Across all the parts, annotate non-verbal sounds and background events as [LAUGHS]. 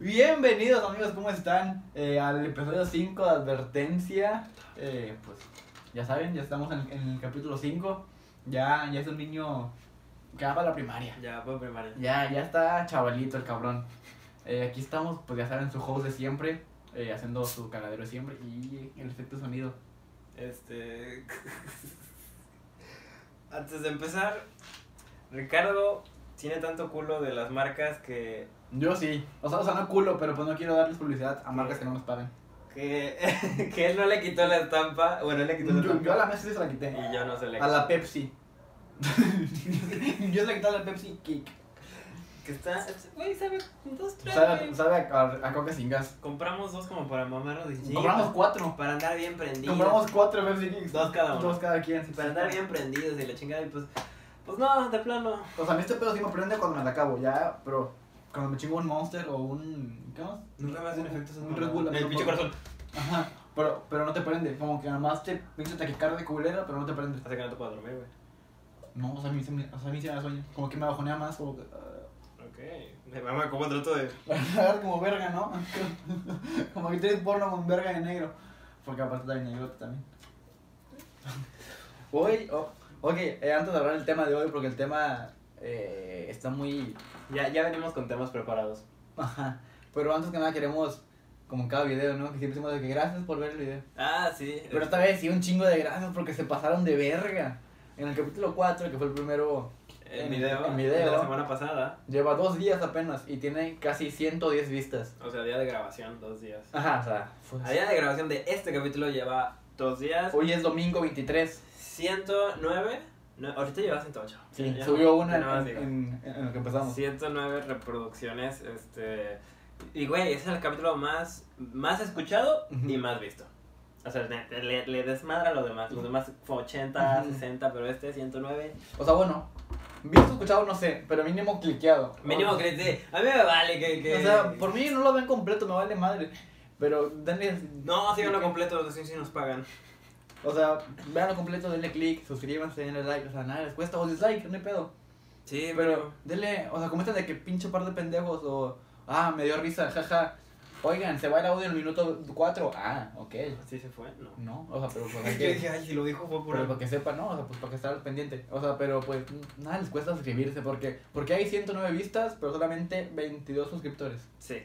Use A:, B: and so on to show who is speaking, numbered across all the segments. A: Bienvenidos amigos, ¿cómo están? Eh, al episodio 5 de Advertencia. Eh, pues ya saben, ya estamos en, en el capítulo 5. Ya, ya es un niño que va para la primaria.
B: Ya, pues primaria.
A: Ya, ya está chavalito el cabrón. Eh, aquí estamos, pues ya saben, su host de siempre, eh, haciendo su cagadero de siempre y el efecto sonido.
B: Este. [LAUGHS] Antes de empezar, Ricardo tiene tanto culo de las marcas que.
A: Yo sí, o sea, o sea, no culo, pero pues no quiero darles publicidad a marcas que no nos paguen.
B: que, [LAUGHS] que él no le quitó la estampa. Bueno, él le quitó la
A: Yo,
B: estampa.
A: yo a la mesa sí se la quité.
B: Y yo no se le
A: A la Pepsi. [LAUGHS] Yo se la quité a la Pepsi Kick.
B: Que está. Güey, sabe. Dos, tres.
A: Pues Sabe,
B: güey.
A: sabe a, a, a coca sin gas.
B: Compramos dos como para mamarnos y chingas,
A: Compramos cuatro.
B: Para andar bien prendidos.
A: Compramos cuatro Pepsi Kicks.
B: pues, Dos cada uno.
A: Dos cada quien. sí, sí.
B: Para andar bien prendidos y la chingada. Y pues. Pues no, de plano.
A: O sea, a mí este pedo sí me prende cuando me la acabo, ya, pero cuando me chingo un Monster o un... ¿Qué más?
B: Nunca me hacen efectos
A: Un Red Bull. a mí
B: El
A: no
B: pinche
A: puedo.
B: corazón.
A: Ajá, pero, pero no te prende, como que nada más te pinche taquicardia culera, pero no te prende.
B: Hace que no te puedo dormir, güey.
A: No, o sea, a mí se me, o sea, a mí se me da sueño, como que me bajonea más o...
B: Ok. Me mama cómo trato de.
A: ah, como verga, ¿no? [LAUGHS] como que tienes porno con verga de negro, porque aparte está bien negrote [LAUGHS] también. Hoy, oh, ok, eh, antes de hablar del tema de hoy, porque el tema eh, está muy... [LAUGHS]
B: Ya, ya venimos con temas preparados.
A: Ajá. Pero antes que nada queremos, como en cada video, ¿no? Que siempre decimos de que gracias por ver el video.
B: Ah, sí.
A: Pero esta vez sí un chingo de gracias porque se pasaron de verga. En el capítulo 4, que fue el primero,
B: el
A: en-
B: video,
A: en video.
B: de la semana pasada,
A: lleva dos días apenas y tiene casi 110 vistas.
B: o sea, día de grabación, dos días.
A: Ajá, o sea, fue-
B: A día de grabación de este capítulo lleva dos días,
A: Hoy es domingo 23.
B: 109, no, ahorita lleva 108.
A: Sí,
B: Ya,
A: subió
B: ya
A: una
B: nada
A: en,
B: más digo.
A: en- en- en lo que empezamos.
B: 109 reproducciones, este... Y güey, ese es el capítulo más, más escuchado
A: Ujú.
B: y más visto. O sea, le, le- le desmadra a los demás. Los demás fue 80,
A: Ujú.
B: 60, pero este 109.
A: O sea, bueno, visto, escuchado, no sé, pero mínimo cliqueado.
B: Mínimo que dice, a mí me vale que... que
A: O sea, por mí no lo ven completo, me vale madre. Pero denle...
B: No, síganlo completo, los sí nos pagan.
A: O sea, veanlo completo, denle click, suscríbanse, denle like, o sea, nada les cuesta, o dislike, no hay pedo.
B: Sí,
A: Pero denle, o sea, comenten de que pinche par de pendejos, o ah, me dio risa, jaja. Oigan, se va el audio en el minuto 4. Ah, ok.
B: ¿Sí se fue? No.
A: No, o sea, pero pues,
B: [LAUGHS]
A: hay
B: Yo
A: que,
B: dije, ay, si lo dijo fue
A: pero para
B: pura.
A: que sepan, ¿no? O sea, pues para que estar al pendiente. O sea, pero pues nada les cuesta suscribirse, porque, porque hay 109 vistas, pero solamente 22 suscriptores.
B: Sí.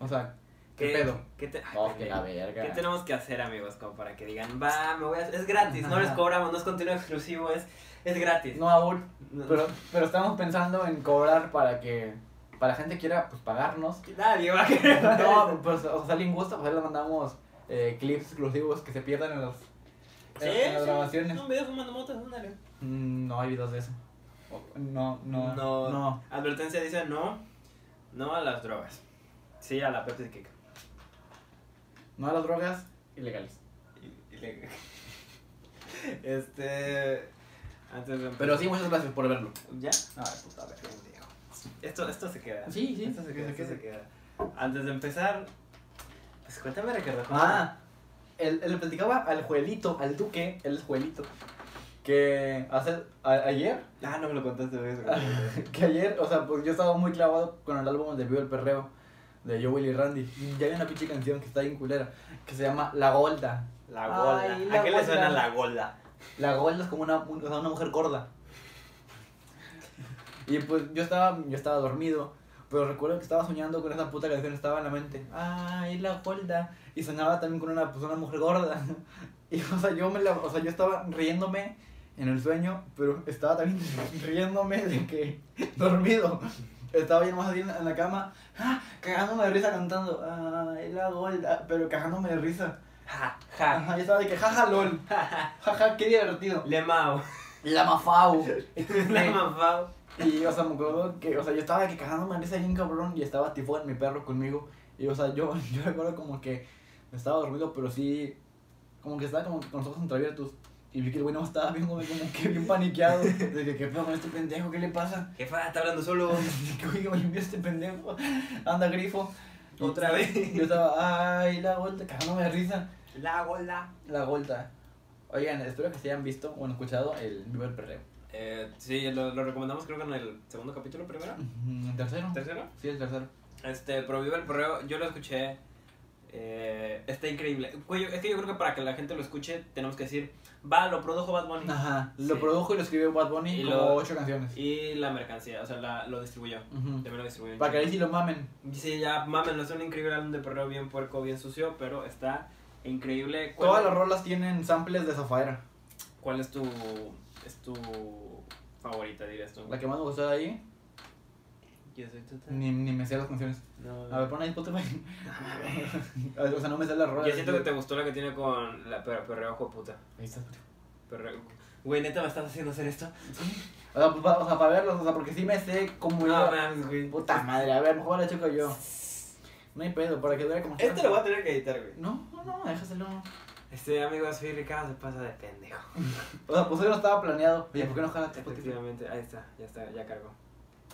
A: O sea, ¿qué, pedo?
B: ¿Qué, te- ay,
A: Oh, que la
B: ¿Qué
A: verga.
B: tenemos que hacer, amigos? Como para que digan, va, me voy a... Es gratis, no les
A: Ajá.
B: cobramos, no es contenido exclusivo, es, es gratis.
A: No aún,
B: No.
A: pero, pero estamos pensando en cobrar para que, para la gente quiera pues pagarnos.
B: Nadie va a querer.
A: [LAUGHS]
B: [LAUGHS]
A: No, pues, o sea, alguien gusta, pues ahí le mandamos eh, clips exclusivos que se pierdan en las, en- en las grabaciones.
B: Un video fumando motos, ándale.
A: Mm, No hay videos de eso. O- No, no, no.
B: Advertencia dice no, no a las drogas. Sí, a la Pepsi Kick.
A: No a las drogas ilegales.
B: Y- y le- [LAUGHS] Este... Antes de...
A: Pero sí, muchas gracias por verlo.
B: ¿Ya?
A: Ay, puta verga.
B: Pendejo. Esto, esto se queda.
A: Sí, sí,
B: Esto se
A: se
B: queda,
A: queda,
B: esto
A: se
B: se queda. Antes de empezar, pues cuéntame, Ricardo. ¿cómo-
A: Ah, él, él le platicaba al juelito, al duque, el juelito, que hace, a- ayer, [LAUGHS]
B: Ah, no me lo contaste, güey. eso.
A: que ayer, o sea, pues yo estaba muy clavado con el álbum de Vivo el Perreo, de Yo, Willy y Randy. Y hay una pinche canción que está bien culera, que se llama La Golda.
B: [LAUGHS] La
A: Ay,
B: golda.
A: la
B: ¿A qué le suena
A: golda.
B: la golda?
A: La gorda es como una, un- o sea, una mujer gorda. Y pues yo estaba, yo estaba dormido, pero recuerdo que estaba soñando con esa puta canción, estaba en la mente. Ay, la gorda. Y sonaba también con una, pues, una mujer gorda. [LAUGHS] Y o sea, yo me la- o sea, yo estaba riéndome en el sueño, pero estaba también [LAUGHS] riéndome de que [LAUGHS] dormido. Estaba yo más así en en la cama, ah, cagándome de risa cantando, ay, la gorda, pero cagándome de risa.
B: Ja, ja.
A: Ajá, yo estaba de que jaja lol, jaja, qué divertido.
B: Le mao. [LAUGHS]
A: [LAUGHS] La Mafau.
B: La mafao.
A: y, o sea, me acuerdo que, o sea, yo estaba que cagándome en ese bien cabrón y estaba Tifón, mi perro, conmigo. Y, o sea, yo, [LAUGHS] yo recuerdo como que estaba dormido, pero sí, como que estaba como que con los ojos entreabiertos. Y vi que el güey no estaba bien, como como que [LAUGHS] bien paniqueado. De que, ¿qué pedo con este pendejo? ¿Qué le pasa? [LAUGHS]
B: Jefa, está hablando solo.
A: De que, Oye, me este pendejo. Anda, grifo.
B: Otra vez.
A: Yo estaba, ay, la vuelta, cagándome de risa.
B: La golda.
A: La vuelta. Oigan, espero que se hayan visto o han escuchado el Viva el Perreo.
B: Eh, sí, lo, lo recomendamos creo que en el segundo capítulo primero.
A: Ujú, ¿El tercero?
B: ¿Tercero?
A: Sí, el tercero.
B: Este, pero viva el perreo, yo lo escuché. eh, está increíble. Güey, yo- es que yo creo que para que la gente lo escuche, tenemos que decir: Va, lo produjo Bad Bunny.
A: Ajá. Lo
B: Sí.
A: produjo y lo escribió Bad Bunny
B: Y
A: como
B: lo-
A: ocho canciones.
B: Y la mercancía, o sea, la- lo distribuyó.
A: Ujú.
B: También lo distribuyó.
A: Para que ahí sí lo mamen.
B: Sí, ya, mamen, es un increíble álbum de perreo bien puerco, bien sucio, pero está increíble. ¿Cuál-
A: Todas las rolas tienen samples de Zafaira.
B: ¿Cuál es tu, es tu favorita, dirías tú?
A: La que más me gustó de ahí,
B: Yo soy total.
A: ni, ni me sé las canciones.
B: No.
A: A ver, pon ahí Spotify. [LAUGHS] o sea, no me sé las rolas.
B: Ah, Yo siento que te gustó la que tiene con la per- perreo ojo de puta.
A: Ahí está Spotify.
B: Perreo. Güey, neta, me estás haciendo hacer esto.
A: O sea, pues, va- o sea, para verlos, o sea, porque sí me sé cómo
B: No,
A: iba.
B: mames, güey.
A: Puta madre, a ver, mejor la checo yo. No hay pedo, para que dure como
B: Esto Este lo voy a tener que editar, güey.
A: No, no, no, déjaselo.
B: Este amigo, soy Ricardo, se pasa de pendejo.
A: O sea, pues eso no estaba planeado. Oye, ¿por qué no
B: Este
A: jalas Spotify?
B: Efectivamente, ahí está, ya está, ya cargo.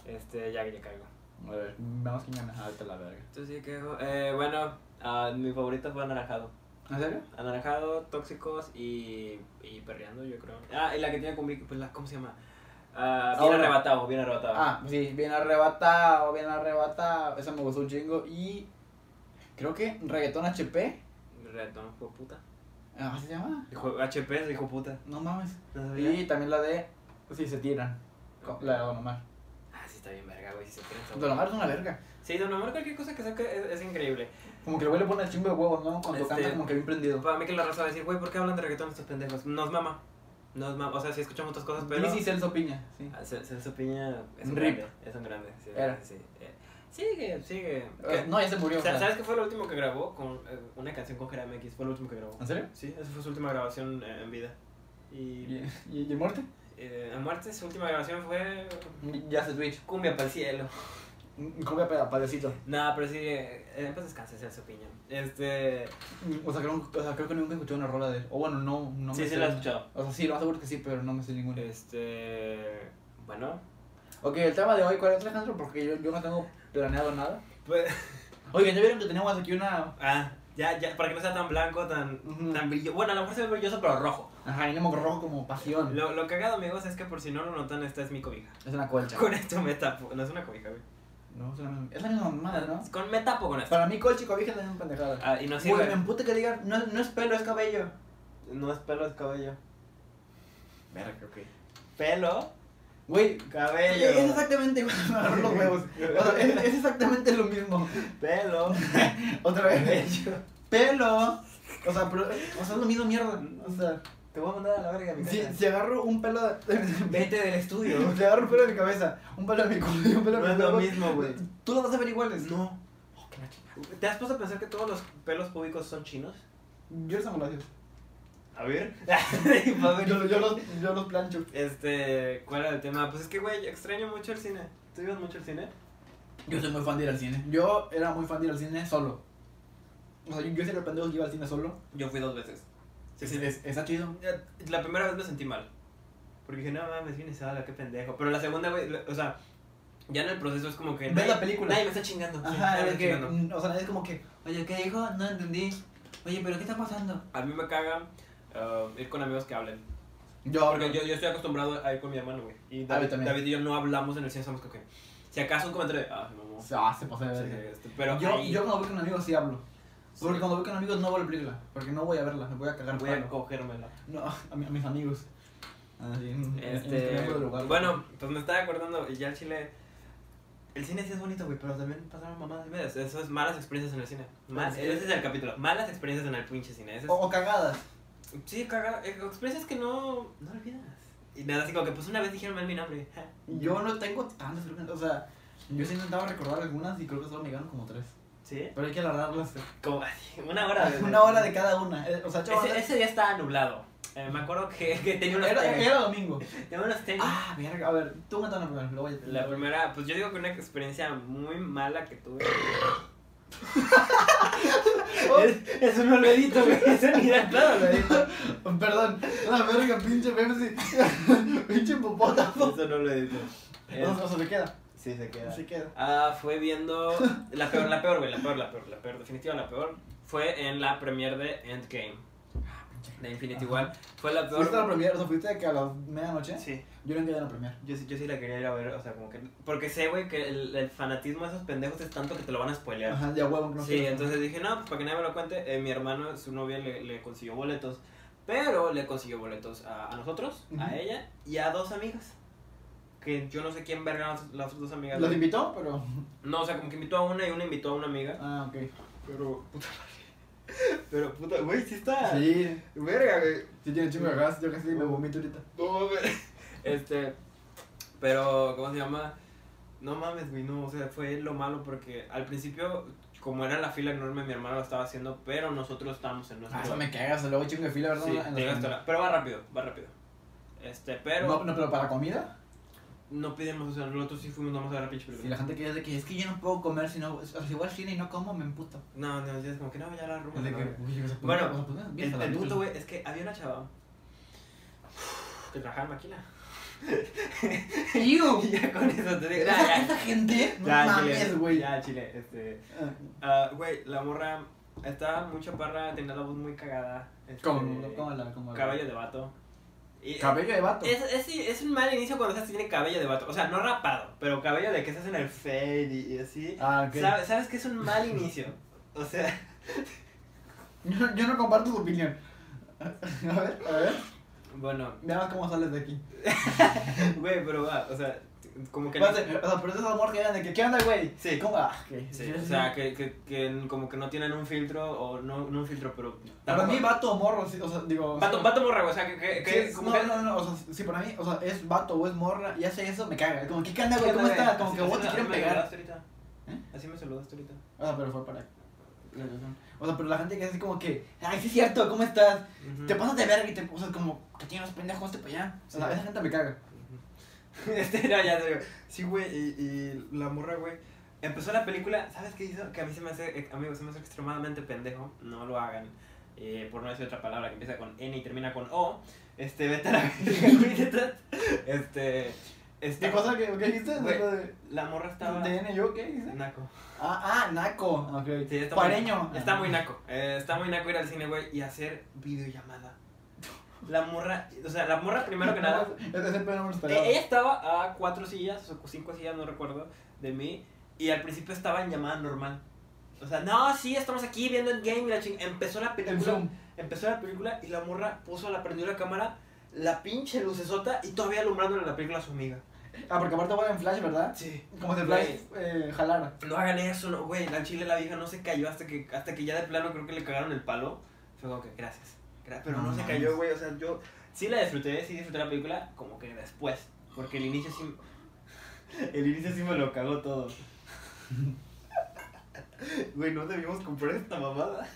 B: Este, ya le cargo.
A: A ver, vamos que
B: Ah,
A: gana. Ahorita la verga.
B: Tú sí que. Eh, bueno, ah, mi favorito fue Anaranjado.
A: ¿En serio?
B: Anaranjado, Tóxicos y, y Perreando, yo creo. Ah, y la que tiene con Vicky, pues la, ¿cómo se llama? Ah, bien
A: Ahora.
B: arrebatado, bien arrebatado.
A: Ah, sí, bien arrebatado, bien arrebatado. Esa me gustó un chingo. Y creo que Reggaetón HP.
B: Reto, hijo de puta.
A: ¿Cómo se llama?
B: Hijo- HP, es hijo de puta.
A: No mames.
B: No sabía.
A: Y también la de Si se tiran. con- La de Don Omar.
B: Ah, sí, está bien verga, güey, si se piensa.
A: Don Omar es una verga.
B: Sí, Don Omar, cualquier cosa que saque es, es increíble.
A: Como que el güey le pone el chingo de huevos, ¿no? Cuando
B: Este-
A: canta como que bien prendido.
B: Para mí que la raza va a decir, güey, ¿por qué hablan de reggaetón estos pendejos? Nos mama. Nos mama. O sea, sí escuchamos otras cosas, pero...
A: Pero... sí Celso Piña, sí.
B: Ah, Cel- Celso Piña es un
A: Rip.
B: grande. Es un grande, sí.
A: Era.
B: Sí. eh, sigue, sigue.
A: Eh, No, ya se murió.
B: O
A: o
B: sea,
A: sea.
B: ¿Sabes qué fue lo último que grabó? Con eh, una canción con Jeremy X. Fue lo último que grabó.
A: ¿En serio?
B: Sí, esa fue su última grabación eh, en vida. Y
A: ¿Y, y, y muerte?
B: eh, a muerte su última grabación fue
A: Ya se Twitch.
B: Cumbia para el cielo.
A: Como a padecito.
B: Nada, pero sí, eh, eh, pues descansa, esa es su opinión. Este,
A: O sea, creo, o sea, creo que nunca escuché una rola de él. O bueno, no, no
B: sí,
A: me
B: sí
A: sé.
B: lo has escuchado.
A: O sea, sí, lo más seguro que sí, pero no me sé ninguna.
B: Este, bueno,
A: Ok, el tema de hoy, ¿cuál es, Alejandro? Porque yo, yo no tengo planeado nada.
B: pues, [LAUGHS]
A: Oigan, ¿ya vieron que tenemos aquí una...
B: ah, ya, ya, para que no sea tan blanco, tan,
A: Ujú.
B: tan brilloso. Bueno, a lo mejor se ve brilloso, pero rojo.
A: Ajá, ánimo rojo como pasión.
B: Lo, lo cagado, amigos, es que por si no lo notan, esta es mi cobija.
A: Es una colcha.
B: Con esto me tapo, no es una cobija, güey.
A: No, es, una, es la misma mamada, ¿no?
B: Con, me tapo con esto.
A: Para mí colcha y cobija también es pendejada.
B: Ah, y no
A: Güey, me
B: sirve.
A: emputa que digan, no, no es pelo, es cabello.
B: No es pelo, es cabello.
A: Verga, ok.
B: Pelo,
A: Güey, es
B: cabello.
A: exactamente igual [LAUGHS] me agarró los huevos. O sea, es, es exactamente lo mismo.
B: [LAUGHS] Pelo,
A: Otra vez.
B: [LAUGHS] cabello.
A: Pelo. O sea, pero, o sea, es lo mismo mierda. O sea,
B: Te voy a mandar a la verga, mi
A: si,
B: casa.
A: si agarro un pelo de...
B: Vete del estudio.
A: Si agarro un pelo de mi cabeza, un pelo de mi culo y un pelo de mi
B: [LAUGHS] No es lo
A: huevos,
B: mismo, güey.
A: Tú los vas a ver iguales.
B: No. ¿Te has puesto a pensar que todos los pelos públicos son chinos?
A: Yo los amo gracias.
B: A [LAUGHS] ver.
A: Yo, yo los, yo los plancho.
B: Este, ¿cuál era el tema? Pues es que, güey, extraño mucho el cine. ¿Tú ibas mucho al cine?
A: Yo soy muy fan de ir al cine. Yo era muy fan de ir al cine solo. O sea, yo, yo era el pendejo que iba al cine solo.
B: Yo fui dos veces.
A: Es- es- está chido.
B: La primera vez me sentí mal. Porque dije, no mames, viene sala, qué pendejo. Pero la segunda, güey, o sea, ya en el proceso es como que.
A: Ves
B: nadie-
A: la película.
B: Nadie me está chingando. Sí,
A: Ajá,
B: nadie me
A: es
B: está
A: que,
B: chingando.
A: mm, o sea, es como que, oye, ¿qué dijo? No entendí. Oye, pero ¿qué está pasando?
B: A mí me caga ah, ir con amigos que hablen.
A: Yo
B: Porque yo, yo estoy acostumbrado a ir con mi hermano, güey. Y
A: A mí
B: David,
A: también.
B: David y yo no hablamos en el cine, somos como que. Si acaso un comentario de. Ah, mamá.
A: Ah, se pasa de
B: Sí,
A: verga.
B: este, pero
A: Yo,
B: ahí-
A: yo cuando voy con amigos sí hablo.
B: sí,
A: Porque cuando voy con amigos no voy a abrirla. Porque no voy a verla, me voy a cagar
B: voy a
A: palo.
B: cogérmela.
A: No, a, mi- a mis amigos. Así, en- en- en
B: Este,
A: primer lugar.
B: bueno, pues me estaba acordando, ya el Chile. El cine sí es bonito, güey, pero también pasaron mamadas y medias. Eso es malas experiencias en el cine. Mal-
A: Sí. Oh.
B: ese es el capítulo. Malas experiencias en el pinche cine. Ese es-
A: O, o cagadas.
B: Sí, caga. eh, Experiencias que no, no olvidas. Y nada, así como que pues una vez dijeron mal mi nombre. ja.
A: Yo no tengo tantas, creo que- o sea, yo sí intentaba recordar algunas y creo que solo me llegaron como tres.
B: ¿Sí?
A: Pero hay que alargarlas.
B: Como así, una hora. de-
A: [LAUGHS] Una
B: [LAUGHS]
A: hora de cada una. eh, O sea, chaval,
B: Ese, ese día estaba nublado. Eh, me acuerdo que, que tenía unos
A: era,
B: tenis.
A: era domingo.
B: Tenía unos tenis.
A: Ah, verga, a ver, tú cuéntame primero, luego ya te-
B: La primera, pues yo digo que una experiencia muy mala que tuve. es, es un olvidito, güey. [LAUGHS] Eso ni da claro, güey.
A: [LAUGHS] Perdón, la verga, pinche Pepsi. [LAUGHS] pinche hipopótamo.
B: Eso no lo edito.
A: O sea, o sea, se queda.
B: sí, se
A: Se queda.
B: Ah, fue viendo. La peor, la peor, güey. La peor, la peor, la peor. Definitiva, la peor. Fue en la premiere de Endgame. de Infinity War. Fue la peor.
A: ¿Fuiste a la premier? O sea, ¿fuiste de que a la medianoche?
B: Sí.
A: Yo no quedé en la premier.
B: Yo, sí- yo sí la quería ir a ver, o sea, como que. Porque sé, güey, que el, el fanatismo de esos pendejos es tanto que te lo van a spoilear.
A: Ajá, ya huevo, no
B: Sí,
A: quiero.
B: entonces dije, no, pues para que nadie me lo cuente, eh, mi hermano, su novia le, le consiguió boletos, pero le consiguió boletos a, a nosotros,
A: Ujú.
B: a ella y a dos amigas. Que yo no sé quién verga las, las dos amigas.
A: Los invitó, pero.
B: No, o sea, como que invitó a una y una invitó a una amiga.
A: Ah, ok.
B: Pero, puta madre. [LAUGHS] Pero, puta, güey, sí
A: Ah.
B: está.
A: Sí,
B: Verga, güey.
A: sí tiene chingo de gas. Yo casi me vomito ahorita.
B: No mames. Este, pero, ¿cómo se llama? No mames, güey, no, o sea, fue lo malo porque al principio, como era la fila enorme, mi hermano lo estaba haciendo, pero nosotros estábamos en nuestro...
A: Ah, eso me cagas. Luego chingo de fila, ¿verdad?
B: Sí,
A: En la- en la-
B: llega hasta la- Pero va rápido, va rápido. Este, pero
A: No,
B: no,
A: no, pero para comida.
B: pidimos, o sea, nosotros sí fuimos, vamos a ver la pinche
A: Si la
B: película.
A: gente que dice que es que yo no puedo comer si no. O sea, si voy al cine y no como, me emputo.
B: No, no, ya es como que no, ya la rumba.
A: Es de
B: no,
A: que,
B: güey.
A: uy, o sea, pues,
B: Bueno,
A: pues, pues, bien,
B: el,
A: hasta
B: el
A: la
B: punto,
A: luz. [LAUGHS]
B: güey, es que había una chava que trabajaba en máquina. [LAUGHS]
A: Iu.
B: Y ya con eso te digo,
A: Esa-
B: ya, ya.
A: esa gente, [LAUGHS] no
B: Ya, Chile,
A: mames, güey.
B: Ya, Chile, este.
A: Ah,
B: ah, Güey, la morra estaba muy chaparra, tenía la voz muy cagada. este,
A: Como, como la, como la-
B: Cabello de vato. Y-
A: Cabello de vato.
B: Es, es, sí, es un mal inicio cuando se tiene cabello de vato. O sea, no rapado, pero cabello de que se hacen el fade y, y así.
A: Ah, ok.
B: ¿Sabes, ¿Sabes que es un mal inicio? O sea,
A: Yo, no- yo no comparto tu opinión. [LAUGHS] A ver, a ver.
B: bueno, [LAUGHS]
A: Veamos cómo sales de aquí.
B: güey, pero va, o sea, como que.
A: O sea, pero es amor que eran de que, ¿qué onda, güey?
B: Sí.
A: ¿Cómo? Ah, ok.
B: Sí, o sea, que, que, que como que no tienen un filtro, o no, no un filtro, pero.
A: Para mí,
B: vato.
A: vato o morro, sí, o sea, digo.
B: Vato, vato morra, güey, o sea, que. que,
A: sí,
B: que
A: es-
B: como
A: no,
B: que-
A: no, no, o sea, sí, para mí, o sea, es vato o es morra y hace eso, me caga. Como que, ¿qué onda, güey? ¿Cómo
B: Ándale,
A: estás? Como
B: así-
A: que vos
B: así
A: te
B: me-
A: quieren
B: me
A: pegar.
B: saludaste ahorita.
A: ¿Eh?
B: Así me saludaste ahorita.
A: O sea, pero fue para. O sea, pero la gente que es así como que, ay, sí es cierto, ¿cómo estás?
B: Ujú.
A: Te pasas de verga y te, o sea, como, que tienes los pendejos, te para allá. O sea,
B: Sí.
A: esa gente me caga.
B: [LAUGHS] Este, no, ya te digo. Sí, güey, y, y la morra, güey. Empezó la película, ¿sabes qué hizo? Que a mí se me hace, eh, amigo, se me hace extremadamente pendejo. No lo hagan. Eh, por no decir otra palabra que empieza con N y termina con O. Este, vete a la verga, [LAUGHS] güey, neta. Este.
A: ¿Qué
B: Este.
A: cosa que, qué dijiste?
B: Güey,
A: Lo de-
B: La morra estaba.
A: ¿TN yo qué dice?
B: Naco.
A: Ah, ah, naco. Ok.
B: Sí, está muy-
A: Pareño.
B: Está muy naco. Eh, está muy naco ir al cine, güey, y hacer videollamada. La morra. O sea, la morra, primero que nada.
A: [LAUGHS] Ese ese pedo no me lo esperaba.
B: Eh, Ella estaba a cuatro sillas, o cinco sillas, no recuerdo, de mí, y al principio estaba en llamada normal. O sea, no, sí, estamos aquí viendo el game y la ching... Empezó la
A: En
B: película.
A: Zoom.
B: Empezó la película y la morra puso, la prendió la cámara, la pinche lucesota y todavía alumbrándole la película a su amiga.
A: Ah, porque aparte fue en Flash, ¿verdad?
B: Sí.
A: Como si Flash eh, jalara.
B: No hagan eso, no, güey. La chile, la vieja no se cayó hasta que, hasta que ya de plano creo que le cagaron el palo. Fue como que, gracias. Gra- Pero no,
A: No
B: se
A: mames.
B: cayó, güey. O sea, yo sí la disfruté, sí disfruté la película, como que después. Porque el inicio sí. [LAUGHS] El inicio sí me lo cagó
A: [LAUGHS]
B: todo. Güey, no debimos comprar esta mamada.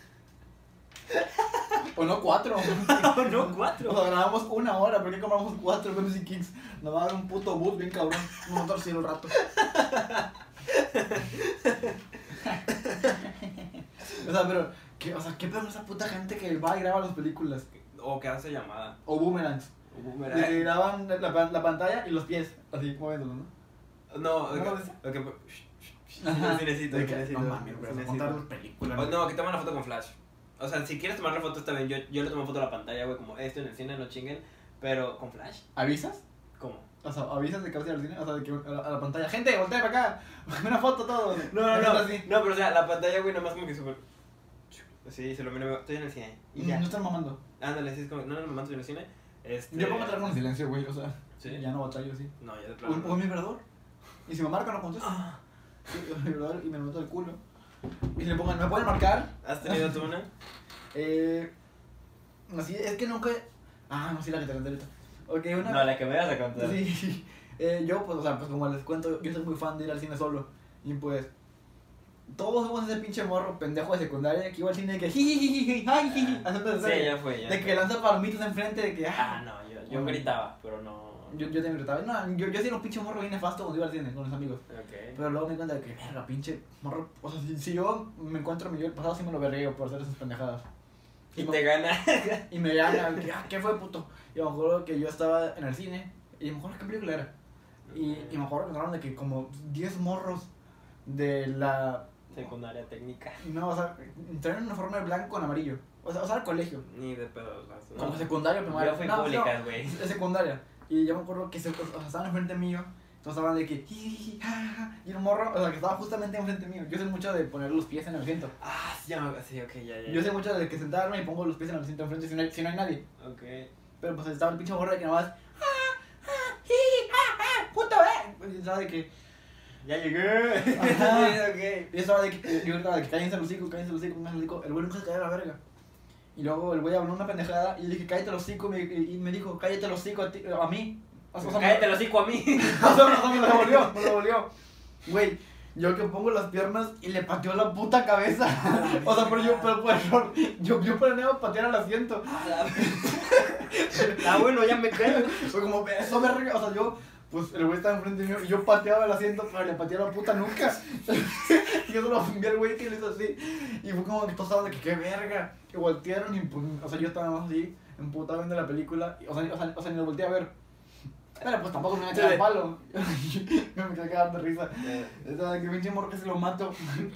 A: O no cuatro.
B: No, no,
A: O
B: cuatro.
A: sea, grabamos una hora, ¿por qué compramos cuatro Pepsi Kicks? Nos va a dar un puto bus bien cabrón. Nos va a torcer el rato. [LAUGHS] o sea, pero, ¿qué, o sea, ¿qué pedo con esa puta gente que va y graba las películas?
B: O que hace llamada.
A: O boomerangs. Y
B: Boomerang.
A: que graban la, la, la pantalla y los pies, así, moviéndolo, ¿no?
B: No,
A: ¿No lo
B: ok,
A: ves?
B: ok, pero- shh, shh, shh,
A: Ajá.
B: sí necesito,
A: De
B: sí
A: que,
B: necesito,
A: No mames, güey,
B: sí
A: vas a
B: necesito.
A: contar las películas.
B: O
A: güey.
B: no, que toman la foto con flash. O sea, si quieres tomar la foto está bien. Yo, yo le tomo foto a la pantalla, güey, como esto en el cine, no chinguen. Pero con flash,
A: ¿Avisas?
B: ¿cómo?
A: O sea, avisas de que vas a ir al cine, o sea, de que a la, a la pantalla, gente, voltea para acá, [LAUGHS] una foto todo. [LAUGHS] Haciendo así.
B: No, pero o sea, la pantalla, güey, nada más como que súper. Sí, se lo miro, estoy en el cine. Y
A: No
B: ya.
A: están mamando.
B: Ándale, sí, es como, no, no, mamá, estoy en el cine. Este...
A: Yo puedo entrar con silencio, güey, o sea,
B: Sí.
A: ya no batallo así.
B: No, ya de
A: O, o
B: plano.
A: mi vibrador. Y si me marcan, no contesto.
B: Ah,
A: Sí, mi vibrador y me lo meto el culo. Y le pongan, ¿me pueden marcar?
B: ¿Has tenido tú una?
A: Eh. Así, es que nunca. Ah, no, sí, la que te conté ahorita. Ok, [LAUGHS] una.
B: No, la que me vas a contar.
A: Sí, [LAUGHS] eh, yo pues, o sea, pues como les cuento, yo soy muy fan de ir al cine solo. Y pues, todos somos ese pinche morro pendejo de secundaria que iba al cine de que jijijiji, ay, jiji, [LAUGHS] haciendo eso,
B: Ah, Sí, ya fue, ya.
A: De que lanza palomitas enfrente, de que
B: Ah,
A: ah.
B: no, yo, yo gritaba, pero no.
A: Yo, yo también gritaba, no, yo, yo sí era un pinche morro bien nefasto cuando iba al cine con los amigos.
B: Ok.
A: Pero luego me di cuenta de que, verga, pinche morro. O sea, si, si yo me encuentro a mi yo del pasado, sí me lo berreo por hacer esas pendejadas.
B: Y
A: me-
B: te gana.
A: y me gana, que, ah, ¿qué fue, puto? Y me acuerdo que yo estaba en el cine, y me acuerdo qué película era. Y, y me acuerdo que entraron de que como 10 morros de la
B: Secundaria técnica.
A: No, o sea, entré en un uniforme blanco con amarillo. O sea, o sea, al colegio.
B: Ni de pedo. las-
A: Como
B: no.
A: secundaria, primaria.
B: Ah. Yo fui
A: No, no,
B: públicas, güey.
A: de secundaria. Y yo me acuerdo que se, o sea, estaban enfrente mío. Entonces estaban de que. "Jijiji, jajaja", Y el morro, o sea, que estaba justamente enfrente mío. Yo sé mucho de poner los pies en el asiento.
B: Ah, sí, ya me- sí, ok, ya, ya.
A: Yo sé mucho de que sentarme y pongo los pies en el asiento enfrente si no hay, si no hay nadie.
B: Ok.
A: Pero pues estaba el pinche morro de que nomás. "Ah, ah, jiji, ah, ah, ¡Puto, eh! Pues, estaba de que.
B: Ya llegué. [LAUGHS]
A: Ajá.
B: ok.
A: Yo estaba de que. Yo gritaba de que cállense los hocico, cállense los hocico, cállense los hocico. El güey nunca se cayó a la verga. Y luego el güey habló una pendejada y le dije, cállate los hocico. y me- Y y me dijo, cállate los hocico a, ti- a mí. O sea, o sea, me-
B: Pues Cállate el hocico a
A: [LAUGHS]
B: mí.
A: No, no, no, me lo devolvió, me lo devolvió. Güey, yo que pongo las piernas y le pateó la puta cabeza. [LAUGHS] O sea, pero yo, pero por error, yo, yo planeaba patear al asiento.
B: Ah, bueno, ya me callo.
A: Fue como, eso me o sea, yo, pues el güey estaba enfrente mío y yo pateaba el asiento, pero le pateé la puta nuca. [LAUGHS] Y yo solo vi al güey que le hizo así. Y fue como que todos estaban de que qué verga. Y voltearon y, pues, o sea, yo estaba más así, emputado viendo la película. y, o, sea, o, sea, o sea, ni lo volteé a ver. Pero pues tampoco me iba a echar el palo. [LAUGHS] me quedé cagando de risa.
B: Eh,
A: Estaba de que pinche morro que se lo mato.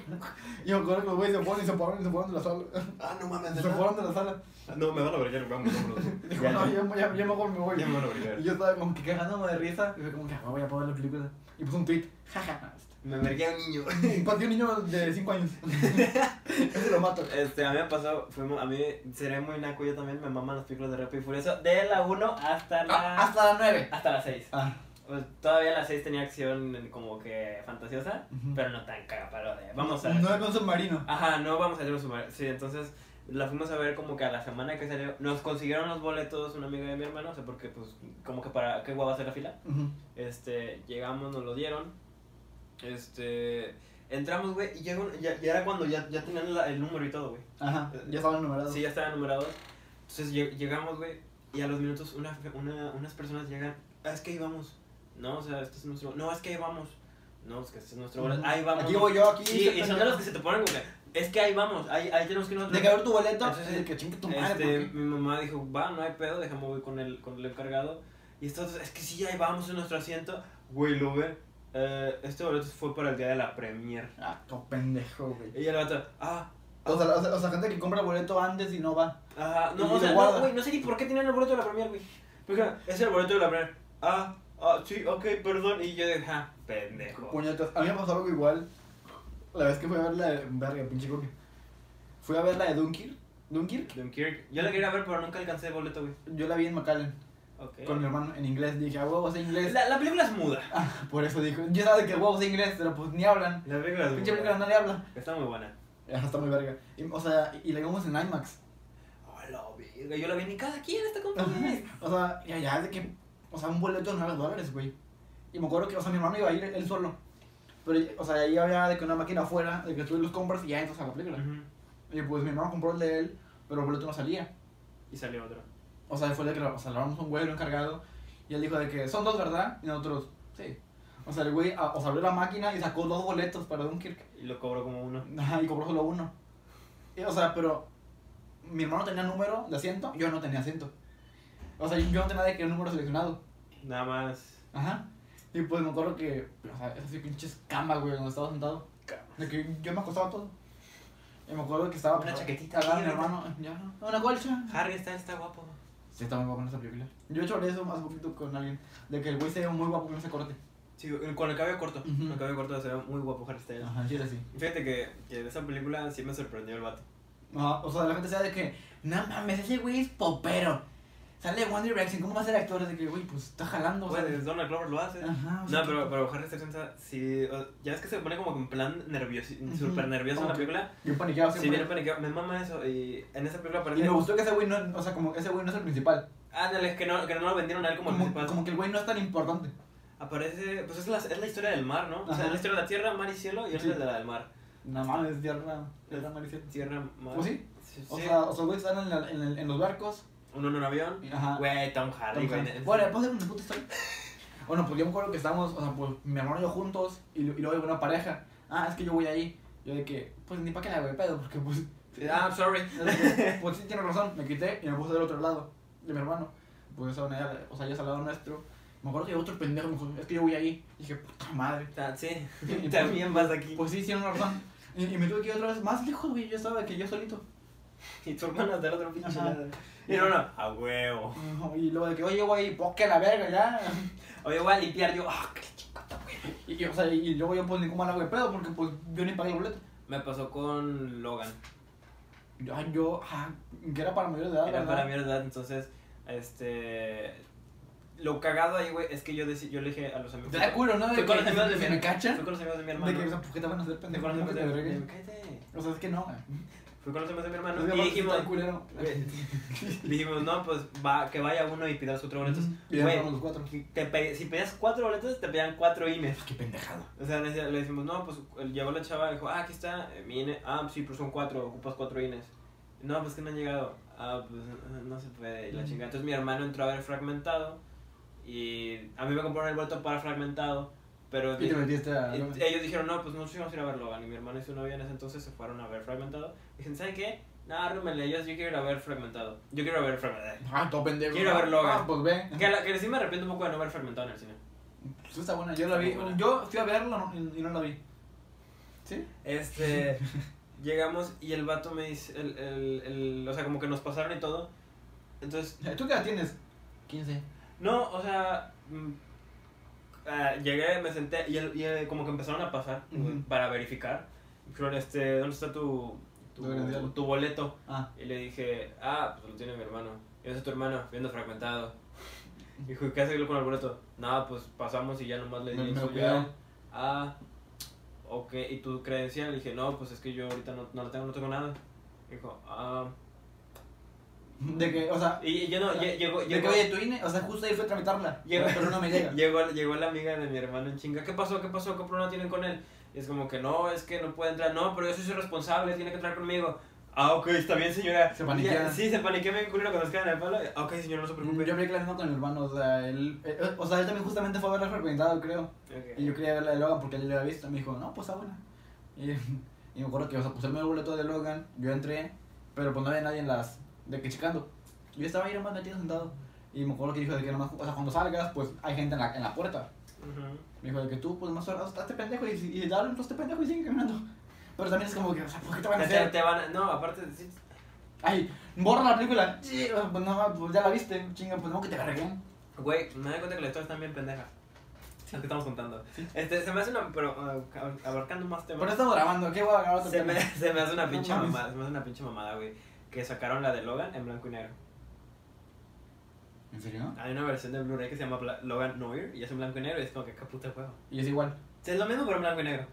A: [LAUGHS] y me acuerdo que los güeyes se fueron y se fueron y se fueron de la sala. [LAUGHS]
B: Ah, no
A: Se
B: mames.
A: fueron de la sala.
B: No, me van a brillar, vamos, vámonos.
A: Dijo, no, yo, ya, ya mejor me voy.
B: van a brillar.
A: Y yo estaba como que cagándome de risa. Y fue como que "Ah, voy a pagar la película. Y puse un tweet. [LAUGHS] Jaja.
B: Me mergué a un niño.
A: Pateé un niño de 5
B: [LAUGHS]
A: años. [LAUGHS] Ese lo mato.
B: Este, a mí me pasó, fuimos, a mí seré muy naco, yo también me maman las películas de Rápido y Furioso, de la 1 hasta la...
A: Ah, hasta las 9.
B: hasta la 6.
A: Ah.
B: Pues, todavía la 6 tenía acción como que fantasiosa,
A: Ujú.
B: pero no tan cagapalo de... Vamos a...
A: No era con submarino.
B: Ajá, no vamos a ir a sumar. Sí, entonces la fuimos a ver como que a la semana que salió. Nos consiguieron los boletos una amiga de mi hermano, o sea, porque pues como que para qué guava hacer la fila.
A: Ujú.
B: Este, llegamos, nos lo dieron. Este, entramos, güey, y llegó, ya, ya era cuando ya, ya tenían la- el número y todo, güey.
A: Ajá. Ya estaban numerados.
B: Sí, ya estaban numerados. Entonces lleg- llegamos, güey, y a los minutos una, una- unas personas llegan. "Ah, es que ahí vamos. No, o sea, este es nuestro. No, es que ahí vamos. No, es que este es nuestro. boleto. Ahí vamos.
A: Aquí
B: ¿no?".
A: voy yo, aquí.
B: Sí, y son de los que se te ponen como que, es que ahí vamos, ahí, ahí tenemos que ir nosotros.
A: De que abre tu boleto.
B: Entonces,
A: de que chingue tu madre.
B: Este,
A: ¿por qué?
B: mi mamá dijo, va, no hay pedo, déjame voy con el, con el encargado. Y estos, es que sí, ahí vamos en nuestro asiento. Güey, lo ve. eh, este boleto fue para el día de la premier.
A: Ah, como pendejo, güey.
B: Y el vato, ah,
A: O sea, o sea, o sea, gente que compra el boleto antes y no va.
B: ajá,
A: Y
B: no, o
A: lo
B: sea,
A: guarda.
B: no, güey, no sé ni por qué tenían el boleto de la premier, güey. Porque es el boleto de la premier. Ah, ah, sí, ok, perdón. Y yo dije, ah, pendejo.
A: Puñetas. A mí me pasó algo igual. La vez que fui a ver la de. Verga, pinche copia. Fui a ver la de Dunkirk. Dunkirk.
B: Dunkirk. Yo la quería ver, pero nunca alcancé el boleto, güey.
A: Yo la vi en McAllen
B: Ok.
A: con mi hermano en inglés. Dije, a huevos en inglés.
B: Eh. La, la película es muda.
A: Por eso dijo. Yo sabía que huevos en inglés, pero pues ni hablan.
B: Ah, La película es
A: Pinche
B: muda.
A: película no le habla.
B: Está muy buena.
A: Ajá, Está muy verga. Y, o sea, y, y la vimos en
B: [LAUGHS]
A: IMAX.
B: A la verga, yo la vi ni cada quien está con
A: o sea, y allá es de que. O sea, un boleto de 9 dólares, güey. Y me acuerdo que, o sea, mi hermano iba a ir él solo. Pero, o sea, ahí había de que una máquina afuera, de que tú los compras y ya entras a la película. Y pues mi hermano compró el de él, pero el boleto no salía.
B: Y salió otro.
A: O sea, fue de que o sea, le hablamos a un güey, lo encargado, y él dijo de que son dos, ¿verdad? Y nosotros, sí. O sea, el güey a- o sea, abrió la máquina y sacó dos boletos para Dunkirk.
B: Y lo cobró como uno.
A: Ajá, y cobró solo uno. Y, o sea, pero mi hermano tenía número de asiento, yo no tenía asiento. O sea, yo no tenía de que un número seleccionado.
B: Nada más.
A: Ajá. Y pues me acuerdo que, o sea, esas pinches camas, güey, donde estaba sentado. De que yo me acostaba todo. Y me acuerdo que estaba
B: Una
A: pues,
B: chaquetita
A: al lado de
B: aquí,
A: mi hermano. Ya, una colcha.
B: Harry está, está guapo.
A: Sí, está muy guapo en esa película. Yo he hecho eso hace poquito con alguien. De que el güey se ve muy guapo con ese corte.
B: Sí, con el cabello corto.
A: Ujú.
B: Con el cabello corto se ve muy guapo Harry Styles.
A: Ajá, sí, era así.
B: Fíjate que, que de esa película sí me sorprendió el vato.
A: Ajá, Ah, o sea, la gente se da de que, no mames, ese güey es popero. Sale de One Direction, ¿cómo va a ser actor? Es de que, güey, pues está jalando. O sea,
B: Pues Donald Glover lo hace.
A: Ajá, o sea,
B: No, pero,
A: que-
B: pero Harry Styles está- sí. o- Ya ves que se pone como que en plan nervioso,
A: Ujú.
B: súper nervioso en la
A: Como que-
B: película.
A: Yo paniqueado
B: Sí, viene
A: siempre.
B: paniqueado. Me mama eso. Y en esa película
A: y
B: parece.
A: me gustó que ese güey no, o sea, como que ese güey no es el principal.
B: Ándale, que no, que no lo vendieron a él como, el
A: Como,
B: principal.
A: como que el güey no es tan importante.
B: Aparece. Pues es la, es la historia del mar, ¿no? O sea,
A: Ajá.
B: es la historia de la tierra, mar y cielo. Y él
A: Sí.
B: es de la del mar.
A: No mames, tierra, tierra maricel.
B: Tierra, mar.
A: ¿O ¿Oh, sí?
B: Sí,
A: O
B: sí.
A: sea, o sea, güey, están en, la- en, el- en los barcos.
B: uno en un avión. Ah,
A: y- Ajá.
B: Güey, Tom Hardy, güey.
A: Entonces, Bueno, pues, después de una puta historia. [LAUGHS] Bueno, pues yo me acuerdo que estábamos, o sea, pues mi hermano y yo juntos y, lu- y luego llegó una pareja. Ah, es que yo voy ahí. Yo de que, pues ni para qué la hago de pedo, porque pues. [LAUGHS]
B: Ah, sorry.
A: pues sí, tiene razón. Me quité y me puse del otro lado de mi hermano. Pues esa manera, o sea, ya es al lado nuestro. Me acuerdo que llegó otro pendejo, me dijo, es que yo voy ahí. Y dije, puta madre.
B: [LAUGHS] Ah, Sí,
A: [LAUGHS] Y- pues, y
B: también vas aquí.
A: Pues sí, tiene razón. Y, y me tuve que ir otra vez más lejos, güey. Yo estaba que yo solito.
B: Y tu hermano hasta el otro pinche
A: Ajá.
B: lado. Y no, no, a huevo.
A: Y luego de que, oye, güey, bosque a la verga ya.
B: Oye, voy a limpiar. Yo, ah, qué chingota, güey.
A: Y, y, o sea, y luego yo, pues, ningún mal hago de pedo porque, pues, yo ni pagué el boleto.
B: Me pasó con Logan.
A: Yo, ah, yo, ah, que era para mayores de edad,
B: Era
A: ¿verdad?
B: para mi edad, entonces, este. Lo cagado ahí, güey, es que yo, decí- yo le dije a los amigos.
A: Te da culo, ¿no? De
B: Fui con
A: que-
B: los amigos de mi
A: si me
B: hermano.
A: cachan.
B: Fui con los amigos de mi
A: De
B: hermano.
A: que, o sea, pues, ¿qué te van a hacer
B: Fui
A: pendejo?
B: con los
A: ¿Cómo que
B: amigos de
A: te
B: mi
A: regreses?
B: hermano. Cállate.
A: O sea, es que no, güey.
B: Fui con los amigos de mi
A: Es que
B: hermano. Y
A: aparte
B: dijimos,
A: está
B: [LAUGHS]
A: culero.
B: dijimos, no, pues va, que vaya uno y pida sus otro boletos.
A: Y ya
B: Güey,
A: fueron los cuatro.
B: Te pe- si pedías cuatro boletos, te pedían cuatro INES.
A: Qué pendejado.
B: O sea, le, decía- le decimos, no, pues el- llegó la chava y dijo, ah, aquí está eh, mi INE. Ah, sí, pero son cuatro, ocupas cuatro INES. No, pues que no han llegado. Ah, pues eh, no se puede, y la chingada. Entonces mi hermano entró a ver fragmentado y a mí me compraron el boleto para fragmentado, pero
A: Y te
B: di-
A: metiste a.
B: y ellos dijeron, no, pues nosotros íbamos a ir a ver Logan. Y mi hermano y su novia en ese entonces se fueron a ver fragmentado. Dijeron, ¿saben qué? No, arrúmenle, yo, yo quiero ir a ver fragmentado. Yo quiero ir a ver fragmentado.
A: Ah, todo pendejo.
B: eh, Quiero ver Logan.
A: Ah, pues ve.
B: Que, la- que sí me arrepiento un poco de no ver fragmentado en el cine.
A: Pues está buena, yo la vi.
B: Está buena.
A: Yo fui a verla no- y y no la vi. ¿Sí? [LAUGHS]
B: Este, llegamos y el vato me dice, el, el, el- o sea, como que nos pasaron y todo. Entonces,
A: ¿Tú qué edad tienes? 15.
B: no, o sea, mm, ah, llegué, me senté y, el- y el- como que empezaron a pasar
A: Ujú.
B: para verificar. Dijeron, este, ¿dónde está tu,
A: Tu credencial.
B: tu, tu boleto?
A: Ah.
B: Y le dije, ah, pues lo tiene mi hermano. Y ese es tu hermano, viendo fragmentado. Dijo, ¿y qué hace él con el boleto? Nada, pues pasamos y ya nomás le di
A: Me-
B: el
A: me lo
B: suyo.
A: cuidaron.
B: Ah, ok, ¿y tu credencial? Le dije, no, pues es que yo ahorita no, no la tengo, no tengo nada. Dijo, ah.
A: De que, o sea.
B: Y, y yo no, lle- llegó,
A: De que,
B: llegó,
A: oye, tu INE. O sea, justo ahí fue a tramitarla.
B: Llegó-
A: Pero no me llega.
B: [LAUGHS] llegó, llegó la amiga de mi hermano en chinga. ¿Qué pasó? ¿Qué pasó? ¿Qué problema tienen con él? Y es como que no, es que no puede entrar. No, pero yo soy su responsable, tiene que entrar conmigo. Ah, ok, está bien, señora.
A: Se paniquea.
B: Ya, Sí, se paniquea, me culero cuando nos quedan en el palo. Ah, Ok, señor, no se preocupe.
A: Yo hablé claro con el hermano, o sea, él, eh, o sea, él también justamente fue a verla frecuentado, creo.
B: Ok.
A: Y yo quería ver la de Logan porque él la había visto. Me dijo, no, pues está buena. Y, [LAUGHS] y me acuerdo que, o sea, puse el nuevo boleto de Logan. Yo entré, pero pues no había nadie en las. de que checando. Yo estaba ahí nomás metido sentado. Y me acuerdo que dijo de que nomás, o sea, cuando salgas, pues hay gente en la, en la puerta.
B: Ujú.
A: Me dijo de que tú, pues más horas, hazte pendejo y, si- y dale un este pendejo y sigue caminando. Pero también es como que, o sea, ¿por qué te van a
B: Te,
A: hacer?
B: te van a- no, aparte, sí,
A: Ay, borra la película. Sí, o sea, pues no, pues ya la viste, chinga, pues no, que te carguen.
B: Güey, me doy cuenta que las historias están bien pendejas. Las que estamos contando. Este, se me hace una. Pero ah, abarcando más
A: Pero
B: temas.
A: estamos grabando, ¿qué voy a grabar? otro
B: Se me,
A: tema?
B: se me hace una
A: No
B: pinche
A: mames.
B: mamada. Se me hace una pinche mamada, güey. Que sacaron la de Logan en blanco y negro.
A: ¿En serio?
B: Hay una versión de Blu-ray que se llama Bla- Logan Noir y es en blanco y negro y es como que qué puta juego.
A: Y es igual.
B: O sea, es lo mismo pero en blanco y negro.